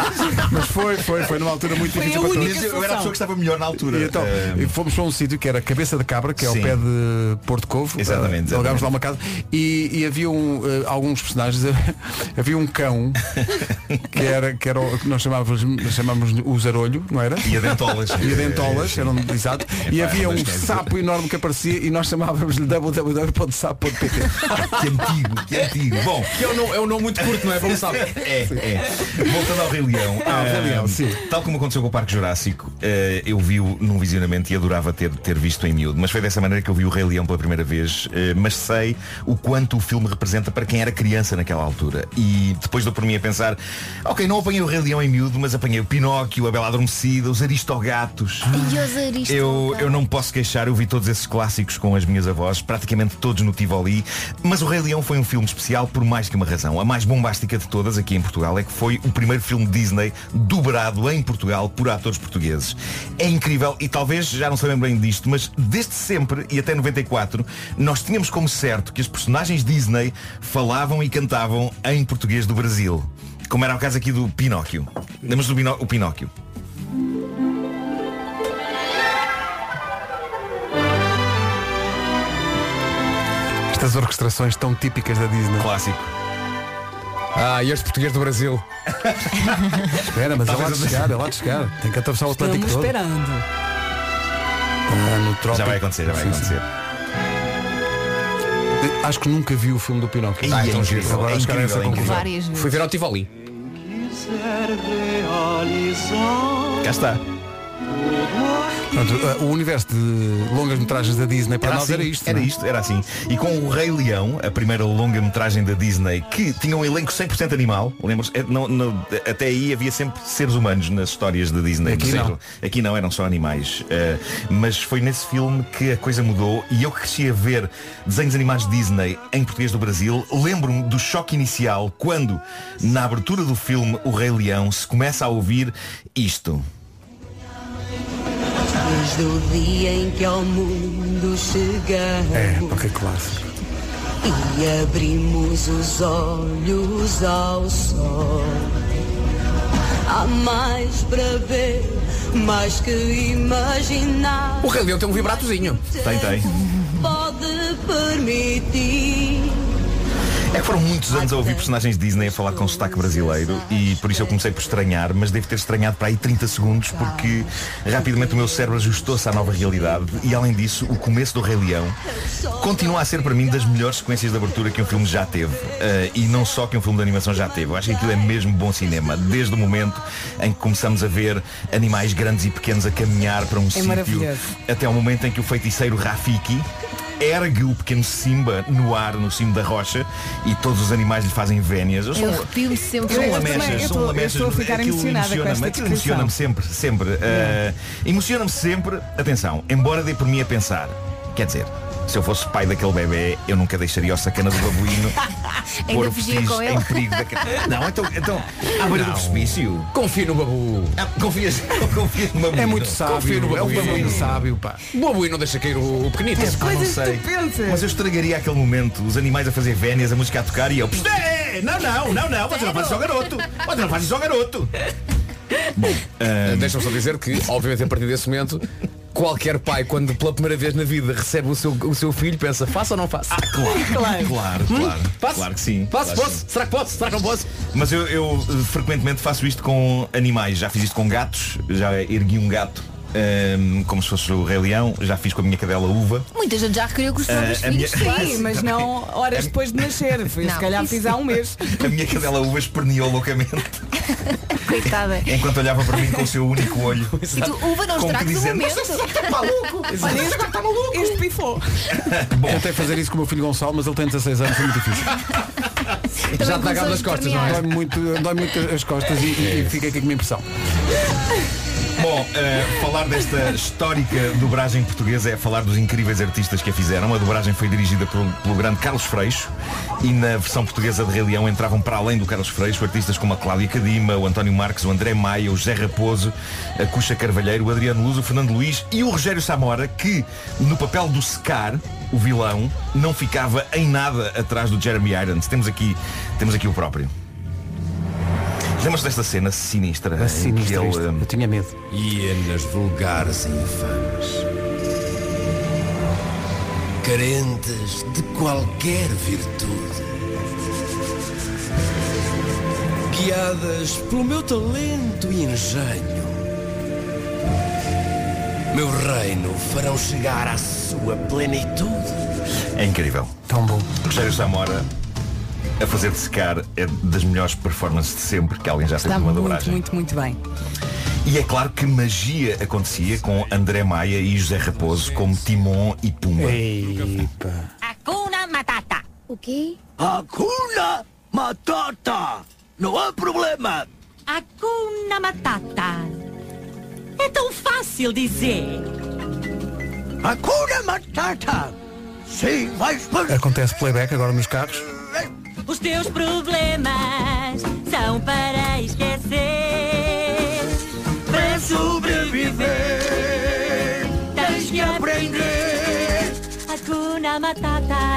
S2: Mas foi, foi, foi numa altura muito
S12: Foi a
S2: difícil para
S12: única
S2: todos.
S12: Eu era a pessoa que estava melhor na altura.
S2: E então,
S12: Eh,
S2: e fomos para um sítio que era Cabeça de Cabra, que é
S12: Sim.
S2: ao pé de Porto Covo.
S12: Exatamente,
S2: Eh, Alugámos lá uma casa. E, e havia um, eh, alguns personagens. havia um cão que era, que era o que nós chamávamos, chamávamos o zarolho, não era?
S12: E a dentolas.
S2: E a dentolas, eram exato. E
S12: Epá,
S2: havia
S12: eram
S2: um
S12: dois cães.
S2: sapo enorme que aparecia e nós chamávamos-lhe www.sapo.pt.
S12: que antigo, que antigo. Bom,
S8: que é um, nome, é um nome muito curto, não é? Vamos saber.
S12: É, é. Voltando ao Rei Leão.
S8: Ah, ao Rei
S12: eh,
S8: Leão, sim.
S12: Tal como aconteceu com o Parque Jurássico, eh, eu vi-o num visionamento e adorava ter, ter visto em miúdo. Mas foi dessa maneira que eu vi o Rei Leão pela primeira vez. eh, mas sei o quanto o filme representa para quem era criança naquela altura. E depois dou por mim a pensar, ok, não apanhei o Rei Leão em miúdo, mas apanhei o Pinóquio, a Bela Adormecida, os Aristogatos.
S5: E os aristas.
S12: Eu, eu não posso queixar, eu vi todos esses clássicos com as minhas avós, praticamente todos no Tivoli, mas o Rei Leão foi um filme especial por mais que uma razão. A mais bombástica de todas aqui em Portugal é que foi o primeiro filme Disney dobrado em Portugal por atores portugueses. É incrível e talvez já não se lembrem disto, mas desde sempre e até 94 nós tínhamos como certo que as personagens Disney falavam e cantavam em português do Brasil. Como era o caso aqui do Pinóquio. Lembras do Pinó- o Pinóquio?
S2: Estas orquestrações tão típicas da Disney.
S12: Clássico.
S8: Ah, e este português do Brasil.
S2: Espera, mas é lá de
S8: Talvez eu-
S2: chegar, é lá de chegar. Tem que atravessar o
S5: é
S2: Atlântico
S8: Estamos
S2: todo.
S4: esperando.
S2: Ah, no trópico.
S12: Já vai acontecer, já vai
S2: Sim,
S12: acontecer.
S2: sim. Acho que nunca vi o filme do Pinóquio.
S8: Ah, então giro.
S2: Agora
S8: É
S2: acho que era
S8: incrível, é
S2: essa
S8: incrível.
S2: conclusão.
S5: Várias vezes.
S8: Fui ver ao Tivoli.
S12: Cá está.
S2: Pronto, uh, o universo de longas metragens da Disney para
S12: Era
S2: nós
S12: assim,
S2: era isto.
S12: Era
S2: não é?
S12: isto, era assim. E com o Rei Leão, a primeira longa-metragem da Disney, que tinha um elenco 100% animal, lembras? É, não- não- até aí havia sempre seres humanos nas histórias da Disney.
S2: Aqui
S12: ou seja,
S2: não.
S12: aqui não, eram só animais. Eh, mas foi nesse filme que a coisa mudou e eu que cresci a ver desenhos animados Disney em português do Brasil, lembro-me do choque inicial quando, na abertura do filme O Rei Leão, se começa a ouvir isto.
S15: Desde o dia em que ao mundo chegamos
S2: É, porque clássico.
S15: e abrimos os olhos ao sol. Há mais para ver, mais que imaginar.
S8: O Rei Leão tem um vibratozinho.
S12: Tem, tem.
S15: Pode permitir.
S12: É que foram muitos anos a ouvir personagens Disney a falar com sotaque brasileiro e por isso eu comecei por estranhar, mas devo ter estranhado para aí 30 segundos porque rapidamente o meu cérebro ajustou-se à nova realidade e além disso o começo do Rei Leão continua a ser para mim das melhores sequências de abertura que um filme já teve Eh, e não só que um filme de animação já teve. Eu acho que aquilo é mesmo bom cinema desde o momento em que começamos a ver animais grandes e pequenos a caminhar para um
S4: É
S12: sítio
S4: maravilhoso.
S12: até o momento em que o feiticeiro Rafiki ergue o pequeno Simba no ar, no cimo da rocha, e todos os animais lhe fazem vénias. Eu sou-
S5: Eu arrepio-me sempre.
S12: são lamechas, são lamechas. Aquilo é emociona-me, aquilo emociona-me sempre, sempre.
S5: É.
S12: Eh, emociona-me sempre, atenção, embora dê por mim a pensar, quer dizer, se eu fosse pai daquele bebê, eu nunca deixaria o sacana do babuíno pôr
S5: Ainda
S12: o
S5: fugia
S12: vestígio
S5: com ele.
S12: em perigo da ca- Não, então, então à beira do
S8: Não.
S12: precipício.
S8: Confio no babu.
S12: Ah, confias, confias no babuíno.
S2: É muito sábio,
S8: Confio no
S2: é um
S8: babuíno.
S2: babuíno sábio, pá.
S8: O babuí não deixa cair o, o pequenito.
S12: Epá, Ah, não sei. Mas eu estragaria aquele momento, os animais a fazer vénias, a música a tocar e eu. "Psst, é, é, Não, não, não, não, você não faz isso ao garoto. Você não faz isso ao garoto.
S8: Eh,
S12: ehm,
S8: Deixa-me só dizer que, obviamente, a partir desse momento, qualquer pai, quando pela primeira vez na vida recebe o seu, o seu filho, pensa, faça ou não faça? Ah,
S12: Claro, Hum? claro, claro.
S8: Passo?
S12: Claro que sim.
S8: Passo,
S12: claro que
S8: Hum? posso? Será que posso? Será que não posso?
S12: Mas eu, eu, eh, frequentemente faço isto com animais. Já fiz isto com gatos, já ergui um gato. eh, hum, como se fosse o Rei Leão, já fiz com a minha cadela uva.
S5: Muita gente já requeriu que os
S12: Ah,
S5: próprios
S12: a minha-
S5: filhos
S4: Sim, mas não horas depois de nascer. Foi,
S12: Não,
S4: se calhar
S12: isso-
S4: fiz há um mês.
S12: A minha cadela uva esperneou loucamente
S5: Coitada.
S12: enquanto olhava para mim com o seu único olho.
S5: E tu, uva, não
S12: Como que
S5: estragas o
S12: dizendo,
S5: momento.
S12: "Mas
S5: está
S12: maluco.
S4: Olha, este, este pifou.
S2: Eu Tentei fazer isso com o meu filho Gonçalo, mas ele tem 16 anos, foi muito difícil.
S5: Já te dá cabo das
S12: costas, não é?
S2: Dói muito, dói muito as costas e, e fica aqui com uma impressão.
S12: Bom, eh, falar desta histórica dobragem portuguesa é falar dos incríveis artistas que a fizeram. A dobragem foi dirigida por- um, pelo grande Carlos Freixo e na versão portuguesa de Rei Leão entravam para além do Carlos Freixo artistas como a Cláudia Cadima, o António Marques, o André Maia, o José Raposo, a Cuxa Carvalheiro, o Adriano Luz, o Fernando Luís e o Rogério Samora, que no papel do Scar, o vilão, não ficava em nada atrás do Jeremy Irons. Temos aqui, temos aqui o próprio. Lembras desta cena sinistra? em que
S2: sinistra
S12: ele,
S2: isto.
S12: hum,
S2: Eu tinha medo.
S16: E nas vulgares e infames. Carentes de qualquer virtude. Guiadas pelo meu talento e engenho. Meu reino farão chegar à sua plenitude.
S12: É incrível.
S2: Tão bom.
S12: Rogério Samora a fazer de secar é das melhores performances de sempre que alguém já fez
S4: Está
S12: numa
S4: muito,
S12: dobragem.
S4: muito, muito bem.
S12: E é claro que magia acontecia com André Maia e José Raposo como Timon e Pumba.
S17: Hakuna Matata.
S7: O quê?
S16: Hakuna Matata! Não há problema!
S17: Hakuna Matata. É tão fácil dizer.
S16: Hakuna Matata! Sim, mas...
S2: Acontece playback agora nos carros.
S17: Os teus problemas são para esquecer. Para sobreviver, tens que aprender. Hakuna Matata.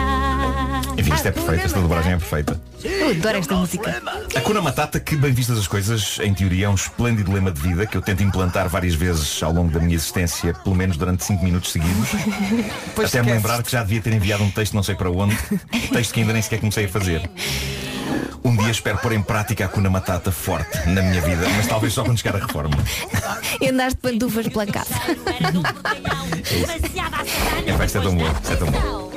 S12: Enfim, isto é perfeito, esta dobragem é perfeita.
S5: Eu adoro esta música.
S12: A Cuna Matata, que bem vistas as coisas, em teoria é um esplêndido lema de vida que eu tento implantar várias vezes ao longo da minha existência, pelo menos durante 5 minutos seguidos. até me lembrar que já devia ter enviado um texto não sei para onde, texto que ainda nem sequer comecei a fazer. Um dia espero pôr em prática a Cuna Matata forte na minha vida, mas talvez só quando chegar a reforma.
S5: E andaste de pantufas pela casa.
S12: É, vai ser tão bom, isto é tão bom.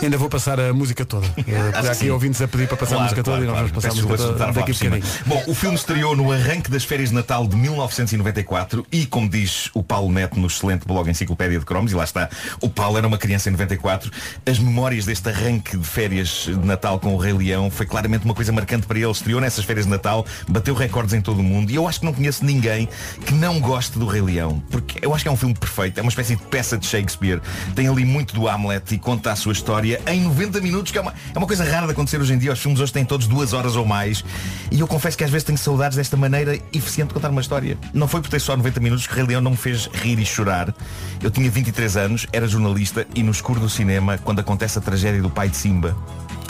S2: Ainda vou passar a música toda. Eh,
S12: Acho
S2: Por
S12: que
S2: aqui
S12: sim.
S2: ouvintes a pedir para passar a
S12: Claro,
S2: música toda
S12: claro,
S2: e nós vamos
S12: claro.
S2: passar a
S12: Peço
S2: música
S12: desculpa
S2: toda
S12: se
S2: daqui a
S12: estar a falar
S2: bocadinho.
S12: por cima. Bom, o filme estreou no arranque das férias de Natal de 1994 e, como diz o Paulo Neto no excelente blog Enciclopédia de Cromos, e lá está, o Paulo era uma criança em 94, as memórias deste arranque de férias de Natal com o Rei Leão foi claramente uma coisa marcante para ele. Estreou nessas férias de Natal, bateu recordes em todo o mundo e eu acho que não conheço ninguém que não goste do Rei Leão, porque eu acho que é um filme perfeito, é uma espécie de peça de Shakespeare. Tem ali muito do Hamlet e conta a sua história em 90 minutos, que é uma, é uma coisa rara de acontecer hoje em dia. Os filmes hoje têm todos duas horas ou mais. E eu confesso que às vezes tenho saudades desta maneira eficiente de contar uma história. Não foi por ter só 90 minutos que o Rei Leão não me fez rir e chorar. Eu tinha 23 anos, era jornalista e no escuro do cinema, quando acontece a tragédia do pai de Simba,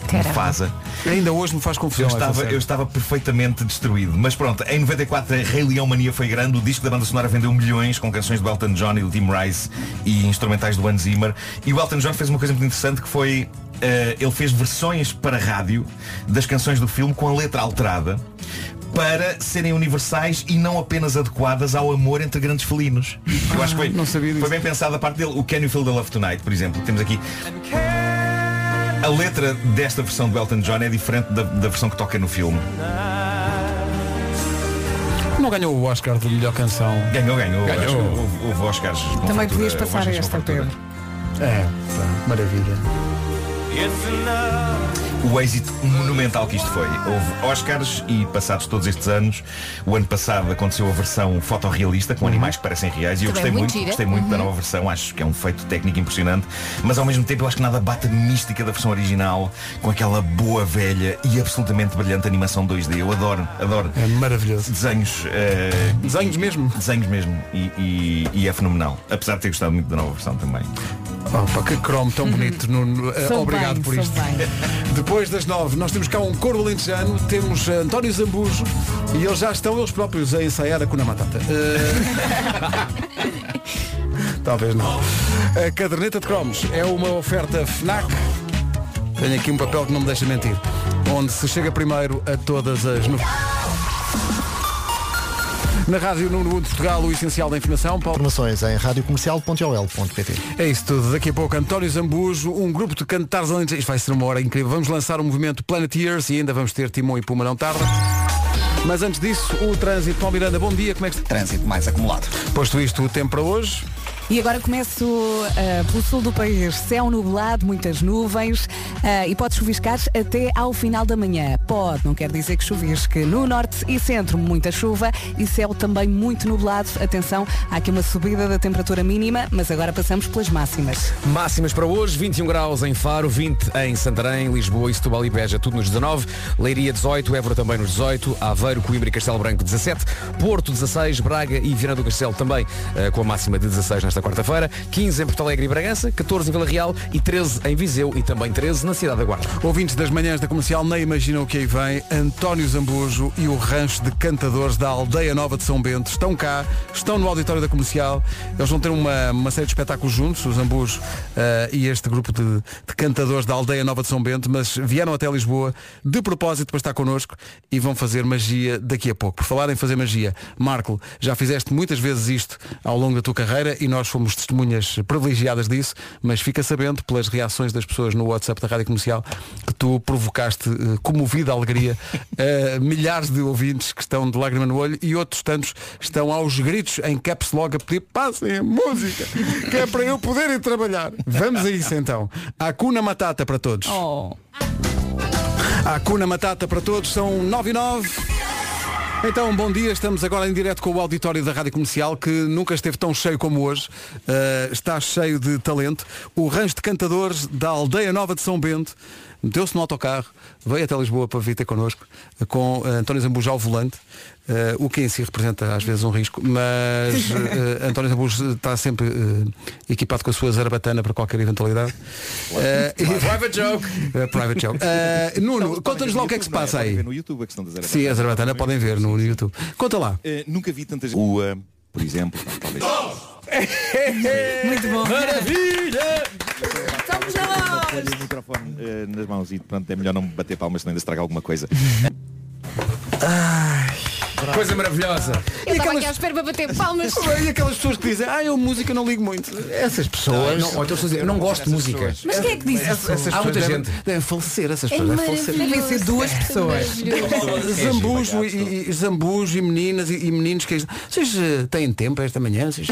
S2: Caramba.
S12: Mufasa,
S2: Ainda hoje me faz confusão.
S12: eu
S2: essa
S12: estava,
S2: série.
S12: eu estava perfeitamente destruído. Mas pronto, em 94 a Rei Leão Mania foi grande, o disco da banda sonora vendeu milhões com canções do Elton John e do Tim Rice e instrumentais do Hans Zimmer. E o Elton John fez uma coisa muito interessante que foi. eh, ele fez versões para rádio das canções do filme com a letra alterada para serem universais e não apenas adequadas ao amor entre grandes felinos. Eu acho que foi,
S2: Ah,
S12: foi bem pensada a parte dele. O Can You Feel the Love Tonight, por exemplo. Temos aqui a letra desta versão do Elton John é diferente da, da versão que toca no filme.
S2: Não ganhou o Oscar de melhor canção.
S12: Ganhou, ganhou. Acho
S2: Ganhou.
S12: que Houve, houve Oscars. com
S4: Também
S12: fartura,
S4: podias
S12: houve
S4: passar
S12: Oscars com
S4: esta,
S12: fartura.
S4: Pedro.
S2: É, pá, maravilha.
S12: O êxito monumental que isto foi. Houve Oscars e passados todos estes anos, o ano passado aconteceu a versão fotorrealista com animais que parecem reais e eu
S5: Uhum. Também
S12: gostei
S5: muito
S12: muito,
S5: gira.
S12: gostei muito da
S5: Uhum.
S12: nova versão, acho que é um feito técnico impressionante, mas ao mesmo tempo eu acho que nada bate a mística da versão original com aquela boa velha e absolutamente brilhante animação 2D. Eu adoro, adoro.
S2: É maravilhoso.
S12: Desenhos. eh,
S2: Desenhos mesmo?
S12: Desenhos mesmo. E, e- e é fenomenal. Apesar de ter gostado muito da nova versão também.
S2: Opa, que cromo tão bonito. Nuno. Eh,
S12: Uhum. Sou
S2: obrigado
S12: bem,
S2: por
S12: sou
S2: isto.
S12: bem.
S2: Depois das nove, nós temos cá um coro alentejano, temos eh, António Zambujo e eles já estão eles próprios a ensaiar a Cuna Matata. Eh, Talvez não. A caderneta de cromos é uma oferta FNAC. Tenho aqui um papel que não me deixa mentir. Onde se chega primeiro a todas as novidades. Na Rádio Número 1 de Portugal, o essencial da informação. Paulo.
S18: Informações em radiocomercial.ol.pt
S2: É isso tudo. Daqui a pouco, António Zambujo, um grupo de cantares alentejos. Isto vai ser uma hora incrível. Vamos lançar o movimento Planeteers e ainda vamos ter Timão e Puma não tarda. Mas antes disso, o trânsito. Paulo Miranda, bom dia. Como é que está?
S3: Trânsito mais acumulado.
S2: Posto isto, o tempo para hoje.
S4: E agora começo ah, pelo sul do país. Céu nublado, muitas nuvens ah, e pode chuviscar até ao final da manhã. Pode, não quer dizer que chuvisque. No norte e centro, muita chuva e céu também muito nublado. Atenção, há aqui uma subida da temperatura mínima, mas agora passamos pelas máximas.
S8: Máximas para hoje, 21 graus em Faro, 20 em Santarém, Lisboa e Setúbal e Beja, tudo nos 19, Leiria 18, Évora também nos 18, Aveiro, Coimbra e Castelo Branco 17, Porto 16, Braga e Viana do Castelo também eh, com a máxima de 16 nesta quarta-feira, 15 em Porto Alegre e Bragança, 14 em Vila Real e 13 em Viseu e também 13 na Cidade da Guarda.
S2: Ouvintes das manhãs da comercial, nem imaginam o que aí vem. António Zambujo e o rancho de cantadores da Aldeia Nova de São Bento estão cá, estão no auditório da comercial. Eles vão ter uma, uma série de espetáculos juntos, o Zambujo eh, e este grupo de, de cantadores da Aldeia Nova de São Bento, mas vieram até Lisboa de propósito para estar connosco e vão fazer magia daqui a pouco. Por falar em fazer magia, Marco, já fizeste muitas vezes isto ao longo da tua carreira e nós fomos testemunhas privilegiadas disso, mas fica sabendo pelas reações das pessoas no WhatsApp da Rádio Comercial que tu provocaste eh, comovida alegria a milhares de ouvintes que estão de lágrima no olho e outros tantos estão aos gritos em caps logo a pedir passem a música que é para eu poder ir trabalhar. Vamos a isso então. Acuna Matata para todos. A Cuna Matata para todos, são 9 e 9. Então, bom dia, estamos agora em direto com o auditório da Rádio Comercial, que nunca esteve tão cheio como hoje. Uh, está cheio de talento. O rancho de cantadores da Aldeia Nova de São Bento meteu-se no autocarro, veio até Lisboa para vir ter connosco, uh, com uh, António Zambujo ao volante, uh, o que em si representa às vezes um risco, mas uh, António Zambujo está sempre uh, equipado com a sua zarabatana para qualquer eventualidade. Uh, e-
S19: Private joke.
S2: Uh, private joke. Uh, Nuno, conta-nos lá o que é que se passa aí.
S19: No YouTube a questão das
S2: Sim, a Zarbatana podem ver no YouTube. Conta lá.
S19: Eh, nunca vi tantas.
S2: eh,
S19: Rua, por exemplo. não, Talvez.
S17: Muito bom.
S19: Maravilha!
S17: Estamos
S19: Olho o microfone eh, nas mãos e pronto, é melhor não bater palmas, senão ainda estraga alguma coisa.
S8: Coisa maravilhosa.
S5: Eu estava aqui à espera para bater palmas.
S2: E aquelas pessoas que dizem, ah, eu música não ligo muito. Essas
S8: pessoas- Não, não, ou então pessoas dizem, eu não gosto de música. Mas quem é que diz
S2: Essas,
S8: isso?
S2: essas
S8: Há
S2: pessoas
S8: muita
S2: devem,
S8: gente.
S2: devem falecer, essas
S8: É
S2: pessoas devem falecer.
S8: maravilhoso. É
S4: Devem ser duas pessoas.
S8: maravilhoso.
S2: Zambujo e, e, zambujo e meninas e, e meninos que Vocês eh, têm tempo esta manhã? Vocês,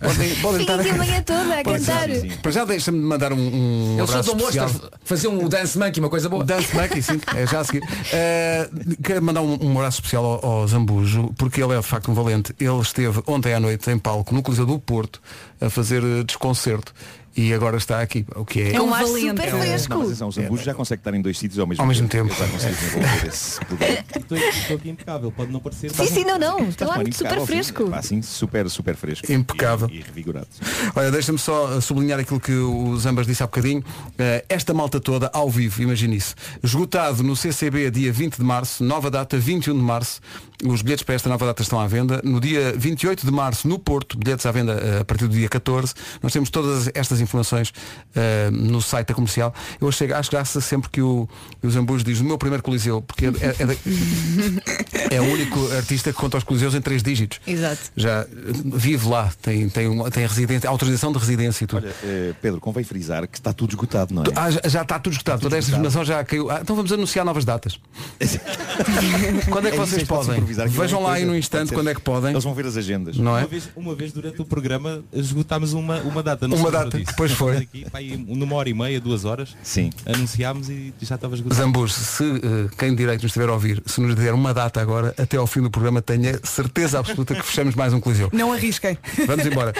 S2: podem,
S5: Fiquem
S2: podem estar
S5: aqui a manhã toda a
S2: é,
S5: cantar.
S2: Para já deixa-me mandar um, um
S8: é, Eu sou
S2: abraço
S8: do
S2: especial.
S8: Monster. Fazer um dance monkey, uma coisa boa.
S2: Dance monkey, sim. É já a seguir. Eh, quero mandar um, um abraço especial ao, ao Zambujo, porque ele é de facto um valente. Ele esteve ontem à noite em palco no Coliseu do Porto a fazer eh, desconcerto e agora está aqui, o que é...
S5: É um ar super
S19: É um-
S5: fresco.
S19: não, mas atenção, o Zambujo já consegue estar em dois sítios ao mesmo
S2: Ao mesmo
S19: tempo.
S2: tempo.
S19: Eu já consigo desenvolver esse problema.
S20: Estou aqui, estou aqui impecável, pode não parecer.
S5: Sim, sim,
S17: Oh,
S5: não, não. Estou lá
S19: Mano,
S5: muito super
S19: impecável,
S5: fresco.
S19: Pá, Assim, super, super fresco.
S2: Impecável.
S19: E, e revigorado.
S2: Olha, deixa-me só eh, sublinhar aquilo que o Zambas disse há bocadinho. Eh, Esta malta toda ao vivo, imagine isso. Esgotado no CCB dia 20 de março, nova data 21 de março. Os bilhetes para esta nova data estão à venda. No dia 28 de março, no Porto, bilhetes à venda eh, a partir do dia 14. Nós temos todas estas informações eh, no site da comercial. Eu achei, acho graça sempre que o, o Zambujo diz o meu primeiro coliseu, porque é, é- é da- é o único artista que conta os coliseus em três dígitos
S5: Exato.
S2: já eh, vive lá, tem, tem, um- tem residência, autorização de residência e tudo.
S19: Eh, Pedro, convém frisar que está tudo esgotado, não é?
S2: Ah, já- já está tudo esgotado, toda esta informação já caiu. Ah, então vamos anunciar novas datas. quando é que
S19: isso,
S2: vocês
S19: eles podem
S2: podem?
S19: improvisar, aquilo
S2: Vejam
S19: é
S2: lá aí
S19: coisa,
S2: no instante
S19: pode ser.
S2: quando é que podem.
S19: Eles vão ver as agendas.
S2: Não é?
S20: Uma vez, uma vez durante o programa esgotámos uma, uma data. Não
S2: Uma
S20: sei se eu
S2: data,
S20: disse.
S2: pois
S20: Nós
S2: foi.
S20: fomos Aqui, pá, aí numa hora e meia, duas horas.
S19: Sim.
S20: Anunciámos e já estava esgotado.
S2: Zambus, se eh, quem de direito nos estiver a ouvir, se nos der uma data agora, até ao fim do programa, tenha certeza absoluta que fechamos mais um coliseu.
S4: Não arrisquem.
S2: Vamos embora.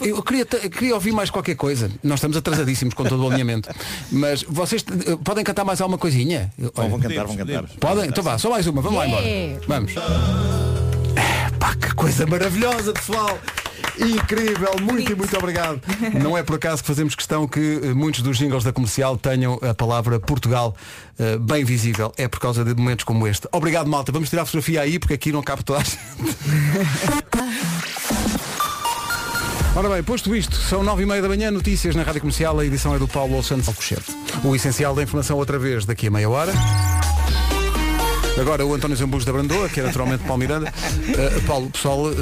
S2: Eu, eu queria, te- eu queria ouvir mais qualquer coisa. Nós estamos atrasadíssimos com todo o alinhamento. Mas vocês eh, podem cantar mais alguma coisinha? Eu-
S19: Vão, vão
S2: olha,
S19: cantar, vão cantar.
S2: Podem? Então vá, só mais uma. Vamos lá
S19: Yeah.
S2: embora. Vamos. É, Pá, que coisa maravilhosa, pessoal. Incrível, muito e muito obrigado. Não é por acaso que fazemos questão que eh, muitos dos jingles da comercial tenham a palavra Portugal eh, bem visível. É por causa de momentos como este. Obrigado, malta. Vamos tirar a fotografia aí porque aqui não cabe toda a gente. Ora bem, posto isto, são nove e meia da manhã, notícias na Rádio Comercial, a edição é do Paulo Santos Alcochete. O essencial da informação outra vez daqui a meia hora. Agora o António Zambujo da Brandoa, que é naturalmente Paulo Miranda. Eh, Paulo, o pessoal eh,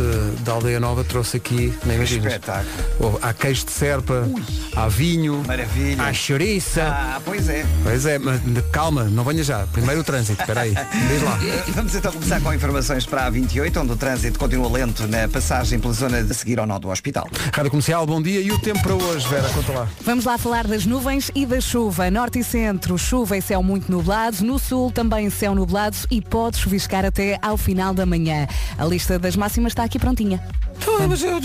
S2: da Aldeia Nova trouxe aqui, nem imaginas.
S3: espetáculo.
S2: Houve- há queijo de serpa, há vinho,
S3: Maravilha.
S2: há chouriça.
S3: Ah, pois é.
S2: Pois é, mas calma, não venha já. Primeiro o trânsito, espera aí. Diz lá.
S3: Vamos então começar com informações para a 28, onde o trânsito continua lento na passagem pela zona de seguir ao nó do hospital.
S2: Rádio Comercial, bom dia. E o tempo para hoje, Vera? Conta lá.
S4: Vamos lá falar das nuvens e da chuva. Norte e centro, chuva e céu muito nublado. No sul, também céu nublado e pode chuviscar até ao final da manhã. A lista das máximas está aqui prontinha.
S2: mas eu,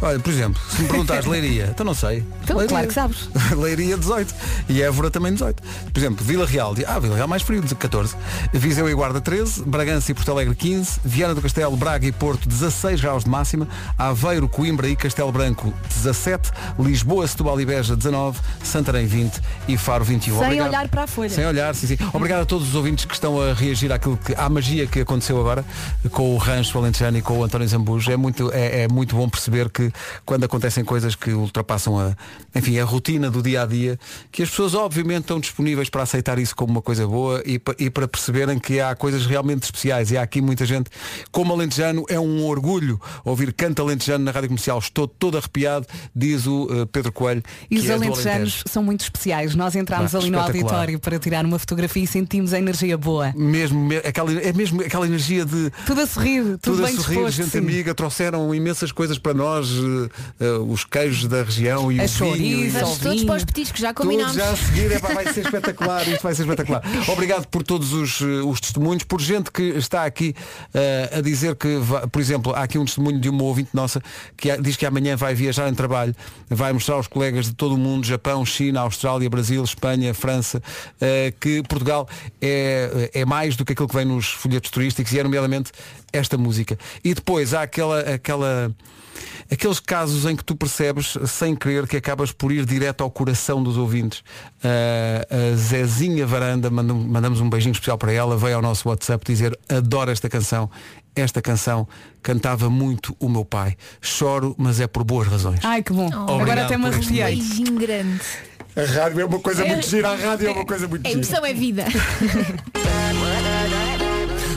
S2: Olha, por exemplo, se me perguntares Leiria, então não sei.
S4: Então, claro que sabes.
S2: Leiria 18 e Évora também 18. Por exemplo, Vila Real, di- ah, Vila Real mais frio, 14. Viseu e Guarda 13, Bragança e Porto Alegre 15, Viana do Castelo, Braga e Porto 16 graus de máxima, Aveiro, Coimbra e Castelo Branco 17, Lisboa, Setúbal e Beja 19, Santarém 20 e Faro 21.
S4: Sem
S2: Obrigado.
S4: olhar para a folha.
S2: Sem olhar, sim, sim. Obrigado a todos os ouvintes que estão a reagir àquilo que, à magia que aconteceu agora com o Rancho Alentejano e com o António Zambujo. É muito, é, é muito bom perceber que quando acontecem coisas que ultrapassam a, enfim, a rotina do dia a dia, que as pessoas obviamente estão disponíveis para aceitar isso como uma coisa boa e, pa- e para perceberem que há coisas realmente especiais. E há aqui muita gente, como alentejano, é um orgulho ouvir canto alentejano na rádio comercial. Estou todo arrepiado, diz o eh, Pedro Coelho.
S4: E
S2: que
S4: os
S2: é do Alentejo.
S4: alentejanos são muito especiais. Nós entramos
S2: Ah,
S4: ali no
S2: espetacular.
S4: auditório para tirar uma fotografia e sentimos a energia boa.
S2: mesmo, me- aquela, é mesmo aquela energia de
S4: Tudo a sorrir, tudo,
S2: tudo a
S4: bem
S2: sorrir,
S4: disposto.
S2: gente
S4: sim.
S2: amiga, trouxeram imensas coisas para nós, eh, eh, os queijos da região e
S4: A
S2: o vinho. e-
S5: Vamos todos para os petiscos, já
S2: Todos
S5: combinámos.
S2: já a seguir, epá, vai ser espetacular, isto vai ser espetacular. Obrigado por todos os, eh, os testemunhos, por gente que está aqui eh, a dizer que, va- por exemplo, há aqui um testemunho de uma ouvinte nossa que a- diz que amanhã vai viajar em trabalho, vai mostrar aos colegas de todo o mundo, Japão, China, Austrália, Brasil, Espanha, França, eh, que Portugal é, é mais do que aquilo que vem nos folhetos turísticos e é nomeadamente esta música. E depois há aquela, aquela aqueles casos em que tu percebes sem querer que acabas por ir direto ao coração dos ouvintes Ah, a Zezinha Varanda mandam- mandamos um beijinho especial para ela veio ao nosso WhatsApp dizer adoro esta canção esta canção cantava muito o meu pai choro mas é por boas razões
S4: Ai que bom.
S2: Obrigado
S4: Agora até me
S2: por este
S4: arrepiei.
S2: momento.
S5: grande.
S2: a rádio é uma coisa muito gira a rádio é uma coisa muito
S5: A
S2: gira
S5: emoção é vida.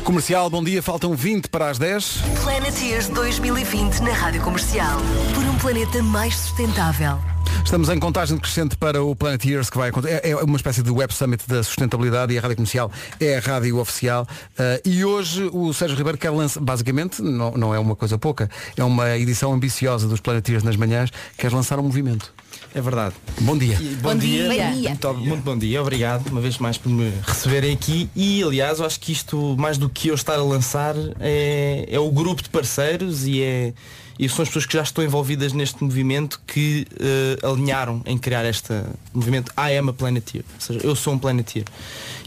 S2: comercial bom dia faltam 20 para as 10
S21: Planeteers 2020 na Rádio Comercial. Por um planeta mais sustentável.
S2: Estamos em contagem decrescente para o Planet Years que vai acontecer. É é uma espécie de Web Summit da sustentabilidade e a Rádio Comercial é a rádio oficial. Eh, e hoje o Sérgio Ribeiro quer lançar, basicamente, não, não é uma coisa pouca, é uma edição ambiciosa dos Planet Years nas manhãs, quer lançar um movimento.
S22: É verdade.
S2: Bom dia.
S22: E Bom, dia. Muito, ob- muito bom dia, obrigado uma vez mais por me receberem aqui. E aliás, eu acho que isto, mais do que eu estar a lançar, é, é o grupo de parceiros e, é, e são as pessoas que já estão envolvidas neste movimento que eh, alinharam em criar este movimento I am a Planeteer. Ou seja, eu sou um Planeteer.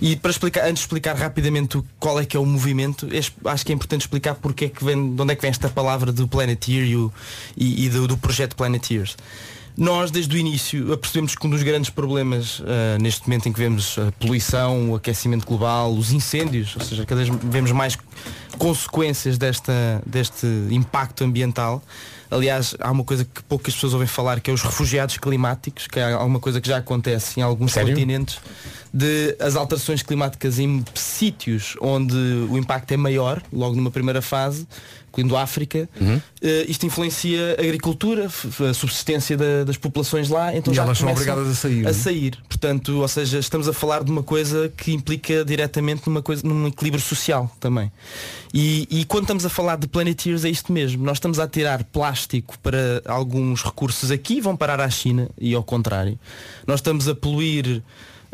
S22: E para explicar, antes de explicar rapidamente o- qual é que é o movimento, es- acho que é importante explicar porque é que vem, de onde é que vem esta palavra do Planeteer e, o- e- e do, do projeto Planeteers. Nós, desde o início, apercebemos que um dos grandes problemas ah, neste momento em que vemos a poluição, o aquecimento global, os incêndios, ou seja, cada vez vemos mais consequências desta, deste impacto ambiental. Aliás, há uma coisa que poucas pessoas ouvem falar, que é os refugiados climáticos, que é alguma coisa que já acontece em alguns
S23: Sério?
S22: continentes, de as alterações climáticas em sítios onde o impacto é maior, logo numa primeira fase, incluindo a África, eh, isto influencia a agricultura, f- f- a subsistência da- das populações lá. Então
S2: E
S22: já
S2: elas são
S22: começam
S2: obrigadas a sair, não é?
S22: A sair. Portanto, ou seja, estamos a falar de uma coisa que implica diretamente numa coisa, num equilíbrio social também. E, e quando estamos a falar de Planeteers é isto mesmo. Nós estamos a tirar plástico para alguns recursos aqui vão parar à China e ao contrário. Nós estamos a poluir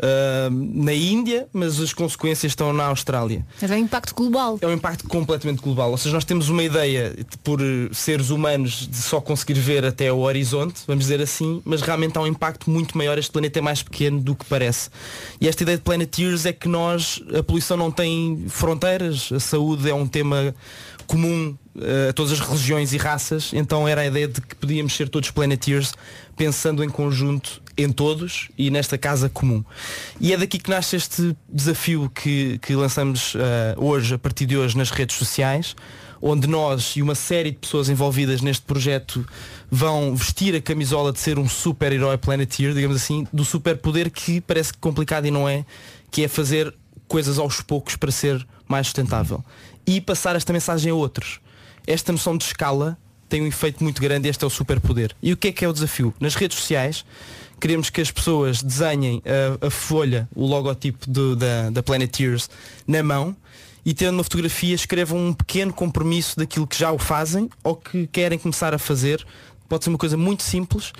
S22: ah, na Índia, mas as consequências estão na Austrália.
S5: Mas é um impacto global.
S22: É um impacto completamente global. Ou seja, nós temos uma ideia, de- por eh, seres humanos, de só conseguir ver até o horizonte, vamos dizer assim, mas realmente há um impacto muito maior. Este planeta é mais pequeno do que parece. E esta ideia de Planeteers é que nós, a poluição não tem fronteiras, a saúde é um tema comum eh, a todas as religiões e raças, então era a ideia de que podíamos ser todos Planeteers pensando em conjunto em todos e nesta casa comum. E é daqui que nasce este desafio que, que lançamos eh, hoje, a partir de hoje, nas redes sociais, onde nós e uma série de pessoas envolvidas neste projeto vão vestir a camisola de ser um super-herói Planeteer, digamos assim, do superpoder que parece complicado e não é, que é fazer coisas aos poucos para ser mais sustentável. E passar esta mensagem a outros. Esta noção de escala tem um efeito muito grande, este é o superpoder. E o que é que é o desafio? Nas redes sociais, queremos que as pessoas desenhem a, a folha, o logotipo do- da, da Planeteers na mão e tendo uma fotografia escrevam um pequeno compromisso daquilo que já o fazem ou que querem começar a fazer. Pode ser uma coisa muito simples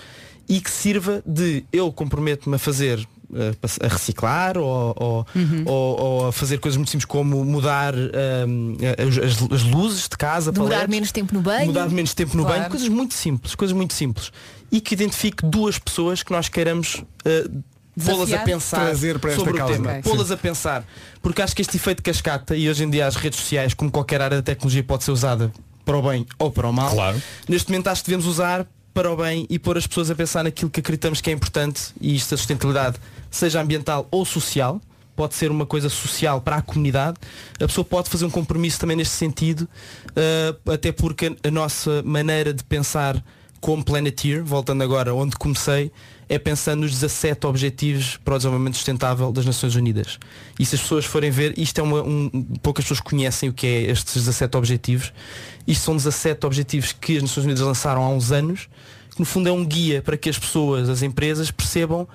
S22: e que sirva de eu comprometo-me a fazer eh, pass- a reciclar ou, ou-
S5: Uhum.
S22: ou- ou a fazer coisas muito simples como mudar hum, as, as- as luzes de casa,
S5: De mudar
S22: paletes,
S5: menos tempo no banho.
S22: mudar menos tempo no
S5: Claro.
S22: banho, coisas muito simples, coisas muito simples. E que identifique duas pessoas que nós queiramos eh, pô-las a
S8: Desafiar.
S22: pensar
S8: Trazer para esta
S22: sobre
S8: causa.
S22: o tema.
S8: Ok.
S22: Pô-las a pensar. Porque acho que este efeito de cascata, e hoje em dia as redes sociais, como qualquer área da tecnologia, pode ser usada para o bem ou para o mal.
S8: Claro.
S22: Neste momento acho que devemos usar para o bem e pôr as pessoas a pensar naquilo que acreditamos que é importante e isto a sustentabilidade, seja ambiental ou social, pode ser uma coisa social para a comunidade, a pessoa pode fazer um compromisso também neste sentido, eh, até porque a nossa maneira de pensar como Planeteer, voltando agora onde comecei, é pensando nos 17 Objetivos para o Desenvolvimento Sustentável das Nações Unidas. E se as pessoas forem ver, isto é uma, um, poucas pessoas conhecem o que é estes 17 Objetivos. Isto são 17 Objetivos que as Nações Unidas lançaram há uns anos, que no fundo é um guia para que as pessoas, as empresas, percebam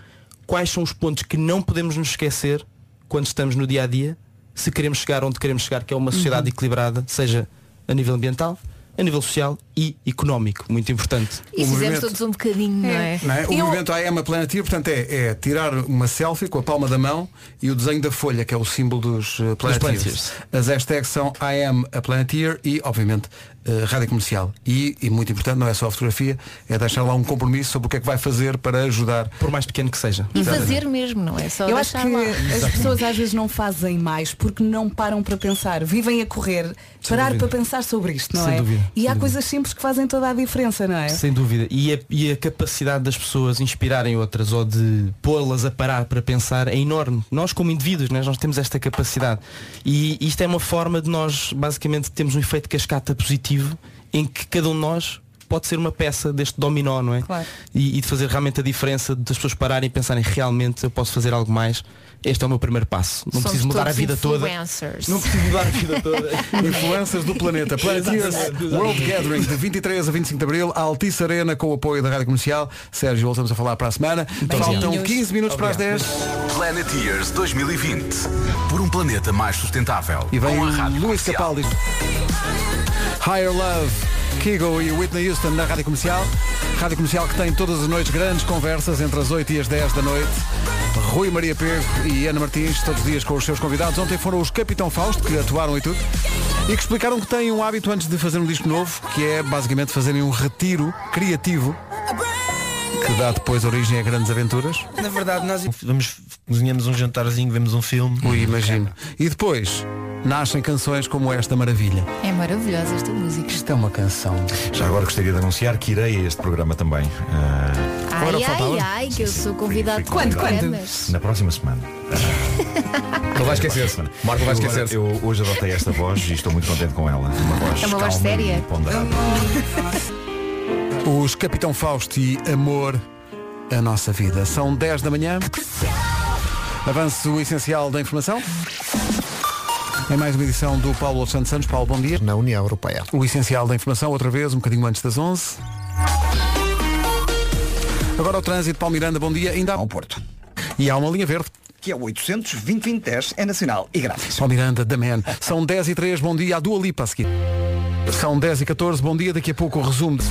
S22: quais são os pontos que não podemos nos esquecer quando estamos no dia a dia, se queremos chegar onde queremos chegar, que é uma sociedade equilibrada, seja a nível ambiental, a nível social e económico, muito importante.
S5: E fizemos todos um bocadinho, não é?
S2: Não é? O
S5: E eu-
S2: movimento I Am a Planeteer, portanto, é, é tirar uma selfie com a palma da mão e o desenho da folha, que é o símbolo dos eh, Planeteers.
S22: Planeteers.
S2: As hashtags são I Am a Planeteer e, obviamente, eh, Rádio Comercial. E, e muito importante, não é só a fotografia, é deixar lá um compromisso sobre o que é que vai fazer para ajudar.
S22: Por mais pequeno que seja.
S5: E fazer mesmo, não é só
S4: Eu acho
S5: deixar lá.
S4: que as pessoas às vezes não fazem mais porque não param para pensar, vivem a correr, parar
S22: dúvida.
S4: para pensar sobre isto, não
S22: Sem
S4: é?
S22: dúvida,
S4: e
S22: sem
S4: há
S22: dúvida.
S4: coisas simples que fazem toda a diferença, não é?
S22: Sem dúvida. E a, e a capacidade das pessoas inspirarem outras ou de pô-las a parar para pensar é enorme. Nós como indivíduos, né, nós temos esta capacidade. E isto é uma forma de nós basicamente termos um efeito cascata positivo em que cada um de nós pode ser uma peça deste dominó, não é?
S4: Claro.
S22: E, e de fazer realmente a diferença das pessoas pararem e pensarem realmente eu posso fazer algo mais. Este é o meu primeiro passo. Não
S5: Somos
S22: preciso mudar a
S5: todos
S22: vida toda.
S5: influencers.
S22: Não preciso mudar a vida toda.
S2: Influências do planeta. Planeteers World Gathering de 23 a 25 de Abril, Altice Arena com o apoio da Rádio Comercial. Sérgio, voltamos a falar para a semana. Faltam 15 minutos para as 10.
S1: Planet Years 2020. Por um planeta mais sustentável.
S2: E vem Luís Capaldi. Higher Love, Kigo e Whitney Houston na Rádio Comercial. Rádio Comercial que tem todas as noites grandes conversas entre as 8 e as 10 da noite. Rui Maria Pego e Ana Martins, todos os dias com os seus convidados. Ontem foram os Capitão Fausto, que atuaram e tudo, e que explicaram que têm um hábito antes de fazer um disco novo, que é basicamente fazerem um retiro criativo, que dá depois origem a grandes aventuras.
S23: Na verdade, nós vamos, cozinhamos um jantarzinho, vemos um filme.
S2: Ui, imagino. E depois nascem canções como esta maravilha.
S5: É maravilhosa esta música.
S2: Isto é uma canção.
S12: Já agora gostaria de anunciar que irei a este programa também. Ah,
S5: Ai, ai, ai, que eu sou convidado
S12: fui convidado Na próxima semana.
S8: Não vai esquecer. Marco
S12: Eu
S8: vai
S12: agora-
S8: esquecer-se.
S12: Eu hoje adotei esta voz e estou muito contente com ela. Uma voz,
S5: É uma voz
S12: calma e
S5: séria.
S12: ponderada.
S2: Os Capitão Fausto e Amor, a nossa vida. São 10 da manhã. Avanço o essencial da informação. É mais uma edição do Paulo Santos Santos. Paulo, bom dia.
S18: Na União Europeia.
S2: O essencial da informação, outra vez, um bocadinho antes das 11. Agora o trânsito, Paulo Miranda, bom dia. Ainda ao Porto. E há uma linha verde.
S3: Que é o 800 2010 é nacional e grátis.
S2: Paulo Miranda, da Man. São 10 e 3, bom dia. A Dua Lipa a seguir. São 10 e 14, bom dia. Daqui a pouco o resumo. de-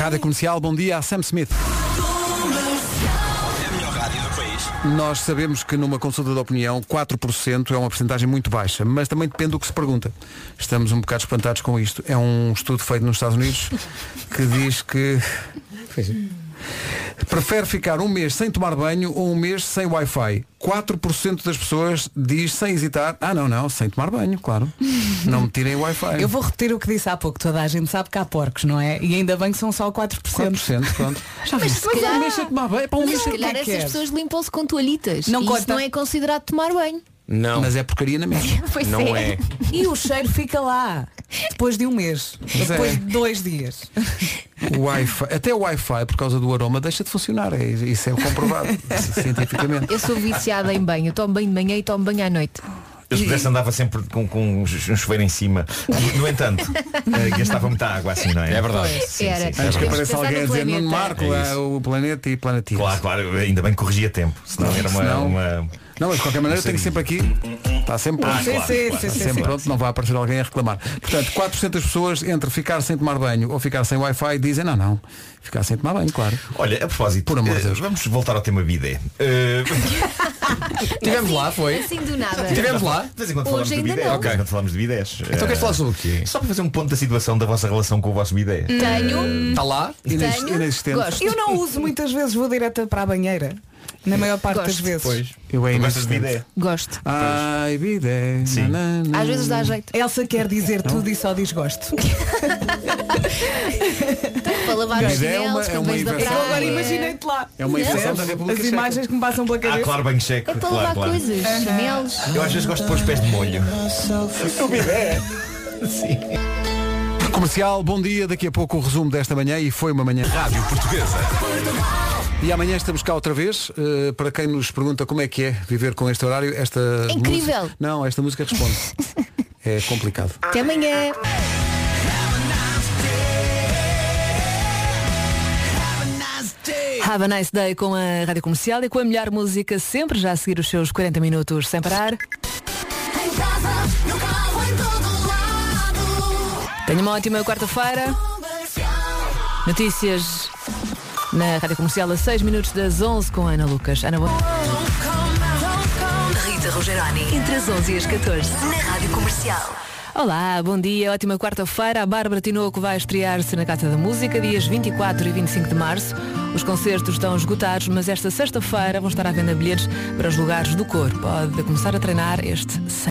S2: Rádio Comercial, bom dia a Sam Smith. Nós sabemos que numa consulta de opinião 4% é uma porcentagem muito baixa, mas também depende do que se pergunta. Estamos um bocado espantados com isto. É um estudo feito nos Estados Unidos que diz que é. prefere ficar um mês sem tomar banho ou um mês sem Wi-Fi. 4% das pessoas diz sem hesitar, ah não, não, sem tomar banho, claro. Não me tirem o Wi-Fi.
S4: Eu vou repetir o que disse há pouco, toda a gente sabe que há porcos, não é? E ainda bem que são só 4%.
S2: 4%, pronto. Ah,
S4: Já
S5: Mas
S4: viste?
S5: se
S4: Mas
S5: calhar,
S4: um mês a tomar banho, é para um
S5: mas
S4: mês a
S5: se calhar
S4: tomar
S5: essas
S4: quer.
S5: pessoas limpam-se com toalhitas.
S4: Não
S5: e isso
S4: conta.
S5: não é considerado tomar banho.
S8: Não.
S2: Mas é porcaria na mesma.
S4: Pois
S8: não é.
S4: E o cheiro fica lá. Depois de um mês.
S2: Mas é.
S4: Depois de dois dias.
S2: O Wi-Fi, até o Wi-Fi, por causa do aroma, deixa de funcionar. É- Isso é comprovado cientificamente.
S5: Eu sou viciada em banho. Eu tomo banho de manhã e tomo banho à noite.
S12: Eu se pudesse andava sempre com, com um chu- um chuveiro em cima. No entanto, eh, gastava muita água assim, não é?
S8: É verdade.
S12: Sim, sim,
S5: Era.
S12: sim, é
S2: Antes que
S12: verdade.
S2: apareça
S5: Pensar
S2: alguém
S5: no
S2: a dizer
S5: planeta.
S2: Nuno Marco,
S12: É
S2: é o planeta e planetias.
S12: Claro, claro, ainda bem que corrigia tempo. Senão era uma.
S2: Senão-
S12: uma...
S2: Não, mas de qualquer maneira tem que sempre aqui. Está sempre
S12: Ah,
S2: pronto.
S12: sim, sim, sim,
S2: Está
S12: sim,
S2: sempre
S12: sim.
S2: pronto, não vai aparecer alguém a reclamar. Portanto, 4% das pessoas entre ficar sem tomar banho ou ficar sem Wi-Fi dizem não, não. Ficar sem tomar banho, claro.
S12: Olha, a propósito,
S2: Por amor de
S12: eh,
S2: Deus.
S12: vamos voltar ao tema bidé. Eh,
S8: Tivemos lá, foi?
S5: Assim do nada.
S8: Tivemos lá?
S12: De vez em quando falamos
S5: Hoje
S12: de
S5: ainda
S12: bidé.
S5: não.
S12: De vez em quando falamos de bidés.
S8: Então queres falar sobre o quê?
S12: Só para fazer um ponto da situação da vossa relação com o vosso bidé. Eh,
S5: Tenho.
S12: Tá
S8: Está Tá lá?
S5: Inex- Tenho. inexistente. Gosto.
S4: Eu não uso muitas vezes, vou direta para a banheira. Na maior parte das vezes.
S2: Eu é
S12: Tu gostas de
S2: inexistente.
S12: bidé?
S5: Gosto.
S2: Ai, bidé. na, na, na.
S5: Às vezes dá jeito.
S4: Elsa quer dizer tudo e só diz gosto.
S5: Para lavar os
S2: Mas é uma-
S5: chinelos
S2: é
S5: quando
S2: uma
S5: vens da
S2: inversão.
S5: praia.
S4: Agora imaginei-te lá.
S2: É uma invenção
S4: Não?
S2: da República
S4: As
S2: Checa.
S4: imagens que me passam pela
S12: Ah,
S4: cabeça.
S12: claro, banho checo.
S5: É para
S12: claro,
S5: lavar
S12: claro.
S5: coisas. Chinelos.
S12: Eu às vezes gosto de pôr os pés de molho.
S4: Uhum.
S12: é.
S2: O bidé. Comercial, bom dia. Daqui a pouco o resumo desta manhã e foi uma manhã.
S1: Rádio Portuguesa.
S2: E amanhã estamos cá outra vez. Eh, para quem nos pergunta como é que é viver com este horário, esta.
S5: É incrível.
S2: música- Não, esta música responde. é complicado.
S5: Até
S6: É.
S5: amanhã.
S6: Have a nice day com a Rádio Comercial e com a melhor música sempre já a seguir os seus 40 minutos sem parar. Tenha uma ótima quarta-feira. Notícias na Rádio Comercial a 6 minutos das 11 com a Ana Lucas. Ana, boa...
S21: Rita Rogeroni.
S6: Entre as 11 e as 14.
S21: Na Rádio Comercial.
S6: Olá, bom dia, ótima quarta-feira. A Bárbara Tinoco vai estrear-se na Casa da Música dias 24 e 25 de março. Os concertos estão esgotados, mas esta sexta-feira vão estar à venda bilhetes para os lugares do cor. Pode começar a treinar este